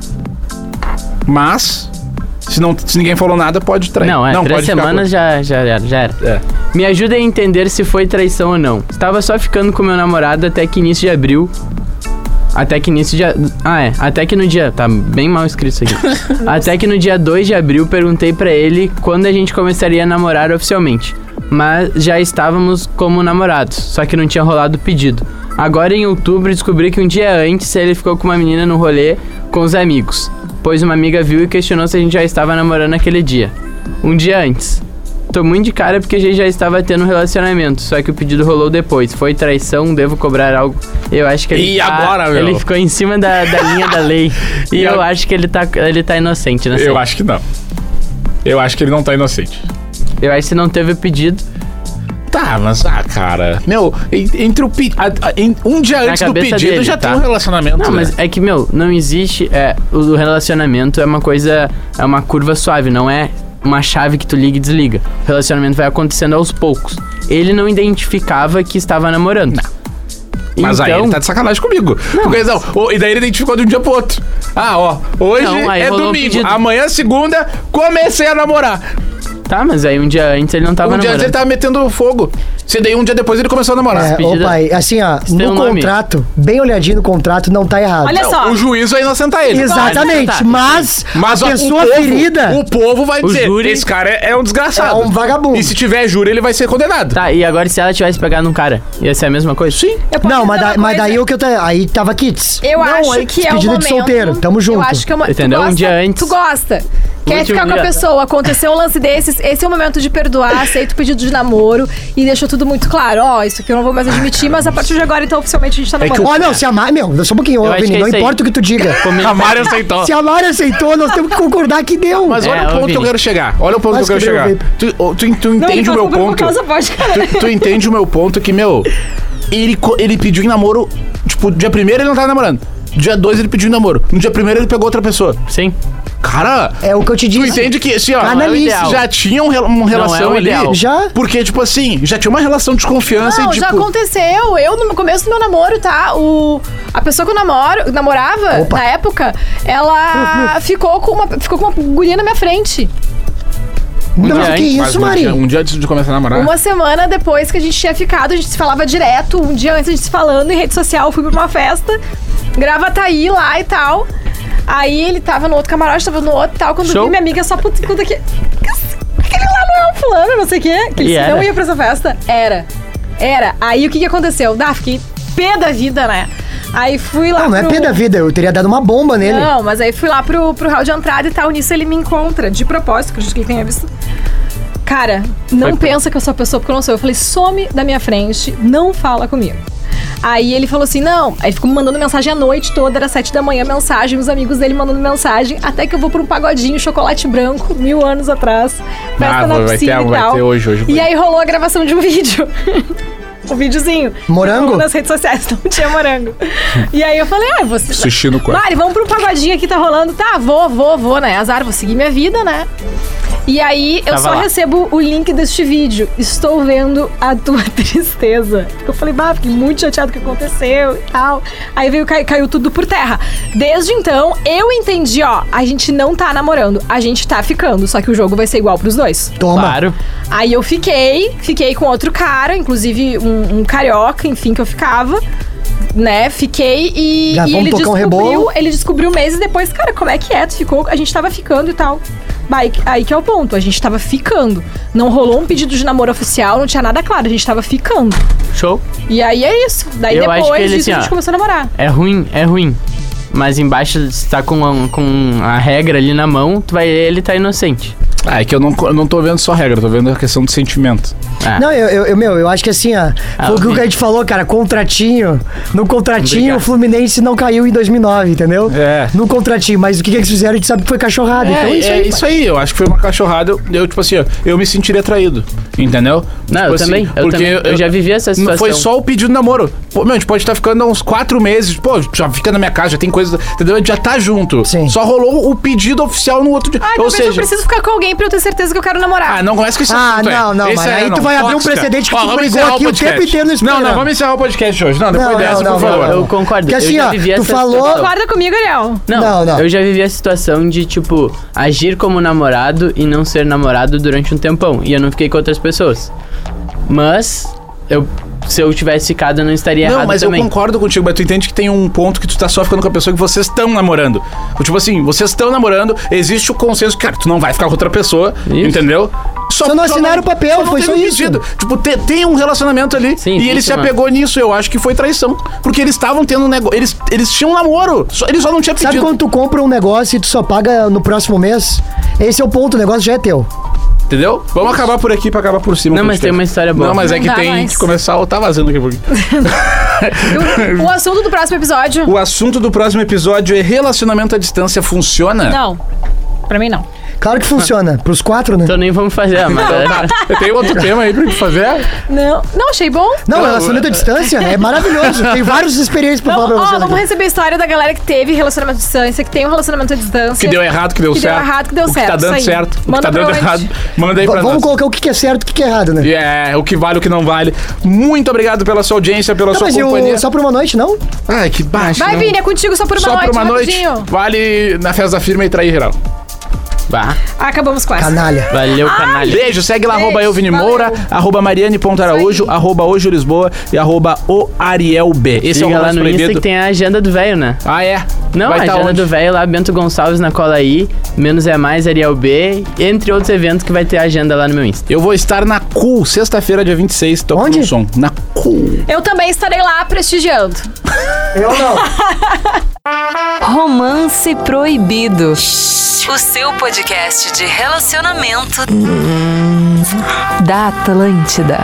S4: Mas, se, não, se ninguém falou nada, pode trair.
S2: Não, é, três
S4: pode ficar
S2: semanas já, já, era, já era.
S4: com- É.
S2: Me ajuda a entender se foi traição ou não. Estava só ficando com meu namorado até que início de abril. Até que início de. a- Ah, é. Até que no dia. Tá bem mal escrito isso
S4: <laughs>
S2: aqui. até que no dia 2 de abril perguntei pra ele quando a gente começaria a namorar oficialmente. Mas já estávamos como namorados, só que não tinha rolado o pedido. Agora em outubro descobri que um dia antes ele ficou com uma menina no rolê com os amigos. Pois uma amiga viu e questionou se a gente já estava namorando aquele dia. Um dia antes. Tô muito de cara porque a gente já estava tendo um relacionamento, só que o pedido rolou depois. Foi traição, devo cobrar algo. Eu acho que ele.
S4: E
S2: tá-
S4: agora, meu?
S2: Ele ficou em cima da, da linha da lei. E,
S4: <laughs> E
S2: eu
S4: a-
S2: acho que ele tá, ele tá inocente, né?
S4: Eu acho que não. Eu acho que ele não tá inocente.
S2: Eu acho que se não teve o pedido,
S4: Tá, mas ah, cara. Meu, en- entre o pe- a- a- em- um dia antes do
S2: cabeça
S4: pedido
S2: dele,
S4: já
S2: tá?
S4: tem um relacionamento.
S2: Não,
S4: né?
S2: mas é que, meu, não existe. É, o relacionamento é uma coisa. É uma curva suave, não é uma chave que tu liga e desliga. O relacionamento vai acontecendo aos poucos. Ele não identificava que estava namorando.
S4: Mas aí
S2: então,
S4: ele tá de sacanagem comigo. Porque, não, o- e daí ele identificou de um dia pro outro. Ah, ó, hoje
S2: Não, aí
S4: é
S2: rolou um
S4: domingo,
S2: pedido.
S4: amanhã segunda, comecei a namorar.
S2: tá, mas aí um dia antes ele não
S4: um
S2: tava
S4: dia
S2: namorando.
S4: antes ele tava metendo fogo. Se daí um dia depois ele começou a namorar.
S1: É, ô
S2: pedido-
S1: pai, assim, ó,
S2: tem
S1: no
S2: um nome?
S1: contrato, bem olhadinho no contrato, não tá errado.
S3: Olha
S4: Não,
S3: só.
S4: O juiz vai inocentar ele.
S1: Exatamente,
S2: Tá, tá.
S1: mas,
S4: Mas
S1: a
S4: ó,
S1: pessoa
S4: o povo,
S1: ferida...
S4: O povo vai
S2: O
S4: dizer:
S2: júri-
S4: esse cara é, é um desgraçado.
S1: É um vagabundo.
S4: E se tiver júri, ele vai ser condenado.
S2: Tá, e agora se ela tivesse pegado um cara, ia ser a mesma coisa? Sim.
S3: Eu posso
S1: Não,
S3: dizer
S1: mas,
S3: uma
S1: da- mas
S3: coisa?
S1: daí o que eu tava. Aí tava kits.
S3: Eu
S1: Não,
S3: acho
S1: antes,
S3: que é o
S1: Despedida
S3: momento.
S1: de solteiro, tamo junto.
S3: Eu acho que é uma.
S2: Entendeu?
S3: Tu
S2: Um
S3: gosta,
S2: dia antes.
S3: Tu gosta. Quer
S2: Último
S3: ficar com a
S2: dia.
S3: pessoa, aconteceu um lance desses, esse é o momento de perdoar, aceita o pedido de namoro e deixou tudo muito claro. Ó, isso aqui eu não vou mais admitir, mas a partir de agora, então, oficialmente a gente tá
S2: É
S4: que
S3: namorando.
S1: Ó, não, se amar. Meu, só um pouquinho, ô,
S2: acho que
S1: Vini,
S2: é
S1: não
S2: isso aí.
S1: importa o que tu
S4: <laughs>
S1: diga.
S2: Combina-
S4: A Mari aceitou.
S1: Se a Mari aceitou, nós temos que concordar que deu.
S4: Mas
S2: É,
S4: olha
S2: ô,
S4: o ponto que eu
S2: Vini.
S4: quero chegar. Olha o ponto
S1: Quase
S4: que eu
S1: que
S4: quero
S1: eu
S4: chegar. Tu, tu, tu entende o meu ponto. Tu, tu entende o meu ponto que, meu, ele, co- ele pediu em namoro. Tipo, dia primeiro ele não tava namorando. Dia dois ele pediu em namoro. No dia primeiro ele pegou outra pessoa.
S2: Sim.
S4: Cara,
S1: É o que eu te
S4: tu
S1: disse.
S4: entende que, assim, ó,
S1: Canalice.
S4: já tinha um, rel- uma relação
S2: é o
S4: ali.
S2: ideal.
S1: Já?
S4: Porque, tipo assim, já tinha uma relação de confiança
S3: Não,
S4: e, tipo.
S3: já aconteceu. Eu, no começo do meu namoro, tá? O, a pessoa que eu namoro, namorava,
S1: Opa.
S3: na época,
S4: <laughs>
S3: ela ficou, com uma, ficou com uma guria na minha frente.
S1: Não, que
S2: dia antes,
S4: Mas
S1: isso,
S4: um
S1: Mari?
S4: dia- Um dia antes de começar a namorar.
S3: Uma semana depois que a gente tinha ficado, a gente se falava direto. Um dia antes a gente se falando em rede social, eu fui pra uma festa, grava Taí lá e tal. Aí ele tava no outro camarote, tava no outro e tal. Quando
S2: Show.
S3: vi minha amiga só puta puta que. Aquele lá não é um fulano, não sei o quê. Que
S2: E
S3: ele
S2: era.
S3: não ia pra essa festa. Era. Era. Aí o que que aconteceu? Ah, fiquei pé da vida, né? Aí fui lá.
S1: Não, não é
S3: pro-
S1: pé da vida, eu teria dado uma bomba nele.
S3: não, mas aí fui lá pro, pro hall de entrada e tal. Nisso ele me encontra, de propósito, acredito que ele tenha visto. Cara, não
S2: Foi-
S3: pensa que eu sou a pessoa porque eu não sou. Eu falei, some da minha frente, não fala comigo. Aí ele falou assim, não. Aí ficou me mandando mensagem a noite toda, era sete da manhã, mensagem, os amigos dele mandando mensagem, até que eu vou pra um pagodinho, chocolate branco, mil anos atrás. Festa
S4: Ah,
S3: na
S4: vai- vai
S3: piscina
S4: ter-
S3: e
S4: vai
S3: tal.
S4: ter hoje, hoje
S3: E
S4: vai.
S3: aí rolou a gravação de um <laughs> vídeo. um videozinho.
S1: Morango?
S3: Nas redes sociais, não tinha morango. e aí eu falei, ah, você.
S4: Sushi no quarto.
S3: Mari, vamos pro pagodinho aqui, tá rolando. Tá, vou, vou, vou, né? Azar, vou seguir minha vida, né? E aí eu
S2: Tava
S3: só
S2: lá.
S3: recebo o link deste vídeo. Estou vendo a tua <laughs> tristeza. Eu falei, bah, fiquei muito chateado com o que aconteceu e tal. Aí veio, cai- caiu tudo por terra. Desde então, eu entendi, ó, a gente não tá namorando, a gente tá ficando. Só que o jogo vai ser igual pros dois.
S1: Toma.
S2: Claro.
S3: Aí eu fiquei, fiquei com outro cara, inclusive um, um carioca, enfim, que eu ficava. Né, fiquei e,
S1: Já
S3: e
S1: vamos
S3: ele
S1: tocar um
S3: descobriu.
S1: rebolo?
S3: ele descobriu meses depois, cara, como é que é? Tu ficou, a gente tava ficando e tal. Bah, aí que- aí que é o ponto, a gente tava ficando. Não rolou um pedido de namoro oficial, não tinha nada claro, a gente tava ficando.
S2: Show.
S3: E aí é isso. Daí
S2: Eu acho
S3: depois
S2: que ele,
S3: disso
S2: assim,
S3: a gente
S2: ó,
S3: começou a namorar.
S2: É ruim, é ruim. Mas embaixo, se tá com a, com a regra ali na mão, tu vai ele tá inocente.
S4: Ah, é que eu não, eu não tô vendo só regra, eu tô vendo a questão de sentimento.
S2: Ah.
S1: Não, eu, eu- eu- meu, eu acho que assim, ó,
S2: Ah,
S1: foi o que
S2: Vini.
S1: a gente falou, cara, contratinho. No contratinho,
S2: Obrigado.
S1: o Fluminense não caiu em 2009, entendeu?
S4: É.
S1: No contratinho, mas o que, que eles fizeram, a gente sabe que foi cachorrada. então é isso aí.
S4: isso aí, eu acho que foi uma cachorrada. Eu, eu, tipo assim, ó, eu me sentiria traído, entendeu?
S2: Não,
S4: Tipo
S2: eu
S4: assim,
S2: também. Eu, também. Eu, já vivi essa
S4: Não
S2: situação.
S4: foi só o pedido de namoro. Pô, meu, a gente pode estar ficando há uns quatro meses. Pô, já fica na minha casa, já tem coisa. Entendeu? A gente já tá junto.
S1: Sim.
S4: Só rolou o pedido oficial no outro dia.
S3: Ah,
S4: Ou
S3: talvez eu
S4: seja.
S3: preciso ficar com alguém pra eu ter certeza que eu quero namorar.
S4: Ah, não começa com esse
S1: Ah,
S4: assunto
S1: não, não,
S4: Esse
S1: mano, aí
S4: não.
S1: tu vai abrir um
S4: Tóxica.
S1: precedente que
S4: Ó,
S1: tu
S4: vamos
S1: brigou
S4: encerrar
S1: aqui o
S4: podcast.
S1: tempo inteiro nesse
S4: Não, não,
S1: programa.
S4: vamos encerrar o podcast hoje. Não, depois
S1: Não,
S4: dessa,
S1: não,
S4: por
S1: não,
S4: favor.
S1: não,
S2: Eu concordo.
S1: Porque
S2: eu
S1: assim,
S2: já
S1: ó,
S2: vivi
S1: tu
S2: essa
S1: falou-
S2: situação.
S3: Concorda comigo, Ariel?
S2: Não,
S1: Não, não.
S2: eu já vivi a situação de, tipo, agir como namorado e não ser namorado durante um tempão. E eu não fiquei com outras pessoas. Mas, eu, se eu tivesse ficado, eu não estaria
S4: Não,
S2: errado
S4: mas
S2: também.
S4: eu concordo contigo, mas tu entende que tem um ponto que tu tá só ficando com a pessoa que vocês estão namorando. Tipo assim, vocês estão namorando, existe o consenso, cara, tu não vai ficar com outra pessoa,
S2: Isso.
S4: entendeu?
S1: Só não assinaram o papel,
S4: não
S1: foi
S4: teve
S1: só
S4: um
S1: isso.
S4: pedido. Tipo, te- tem um relacionamento ali
S2: Sim,
S4: e ele
S2: isso,
S4: se
S2: mano.
S4: apegou nisso, eu acho que foi traição. Porque eles estavam tendo um negócio, eles, eles tinham um namoro, só, eles só não tinham pedido.
S1: Sabe quando tu compra um negócio e tu só paga no próximo mês? Esse é o ponto, o negócio já é teu.
S4: Entendeu? Vamos acabar por aqui pra acabar por cima.
S2: Não,
S4: com
S2: mas
S4: os
S2: tem
S4: temas.
S2: uma história boa.
S4: Não, mas é
S3: Não
S4: que
S3: dá
S4: tem
S3: mais.
S4: que começar a tá vazando aqui um pouquinho. <laughs>
S3: O, o assunto do próximo episódio.
S4: O assunto do próximo episódio é relacionamento à distância funciona?
S3: Não. Pra mim, não.
S1: Claro que funciona. Pros quatro, né?
S2: Então nem vamos fazer,
S4: <laughs>
S2: é, a
S4: Tá,
S2: Amanda.
S4: eu tenho outro tema aí pra fazer.
S3: Não, não achei bom.
S1: Não, relacionamento à distância é maravilhoso. Tem várias experiências pra falar
S3: Vamos,
S1: pra
S3: ó,
S1: vocês.
S3: vamos
S1: aqui.
S3: receber a história da galera que teve relacionamento à distância, que tem um relacionamento à distância.
S4: Que deu errado, que deu
S3: Que deu
S4: certo.
S3: errado, que deu
S4: o que
S3: certo,
S4: tá dando
S3: isso aí.
S4: certo. O que
S3: Manda
S4: tá
S3: pra
S4: dando
S3: onde?
S4: errado. Manda aí
S1: Va-
S4: pra
S1: Vamos
S4: nós.
S1: colocar o que que é certo e o que que é errado, né?
S4: E É, o que vale, o que não vale. Muito obrigado pela sua audiência, pela
S1: Não,
S4: sua
S1: mas e o-
S4: companhia.
S1: só por uma noite, não?
S4: Ai, que baixo.
S3: Vai,
S4: né?
S3: Vini, é contigo só por uma
S4: Só
S3: noite.
S4: por uma noite,
S3: rapidinho.
S4: vale na festa firme e trair geral.
S2: Bah,
S3: Acabamos quase.
S1: Canalha.
S2: valeu, canalha.
S4: Beijo, segue lá,
S3: Beijo,
S4: arroba eu, Vini
S3: valeu.
S4: Moura, arroba mariane.araújo,
S3: Isso aí.
S4: arroba hoje Lisboa e arroba o Ariel B. Esse é o
S2: Siga lá
S4: Romance
S2: no Insta
S4: Proibido.
S2: que um tem a agenda do velho, né?
S4: Ah, é?
S2: Não,
S4: Vai
S2: a
S4: tá
S2: agenda
S4: onde?
S2: do velho lá, Bento Gonçalves na cola aí, Menos é Mais, Ariel B, entre outros eventos que vai ter a agenda lá no meu Insta.
S4: Eu vou estar na Cool, sexta-feira, dia 26, tocando
S1: Onde?
S4: um som. Na Cool.
S3: Eu também estarei lá prestigiando.
S1: Eu não.
S6: Romance Proibido. O seu podcast de relacionamento da Atlântida.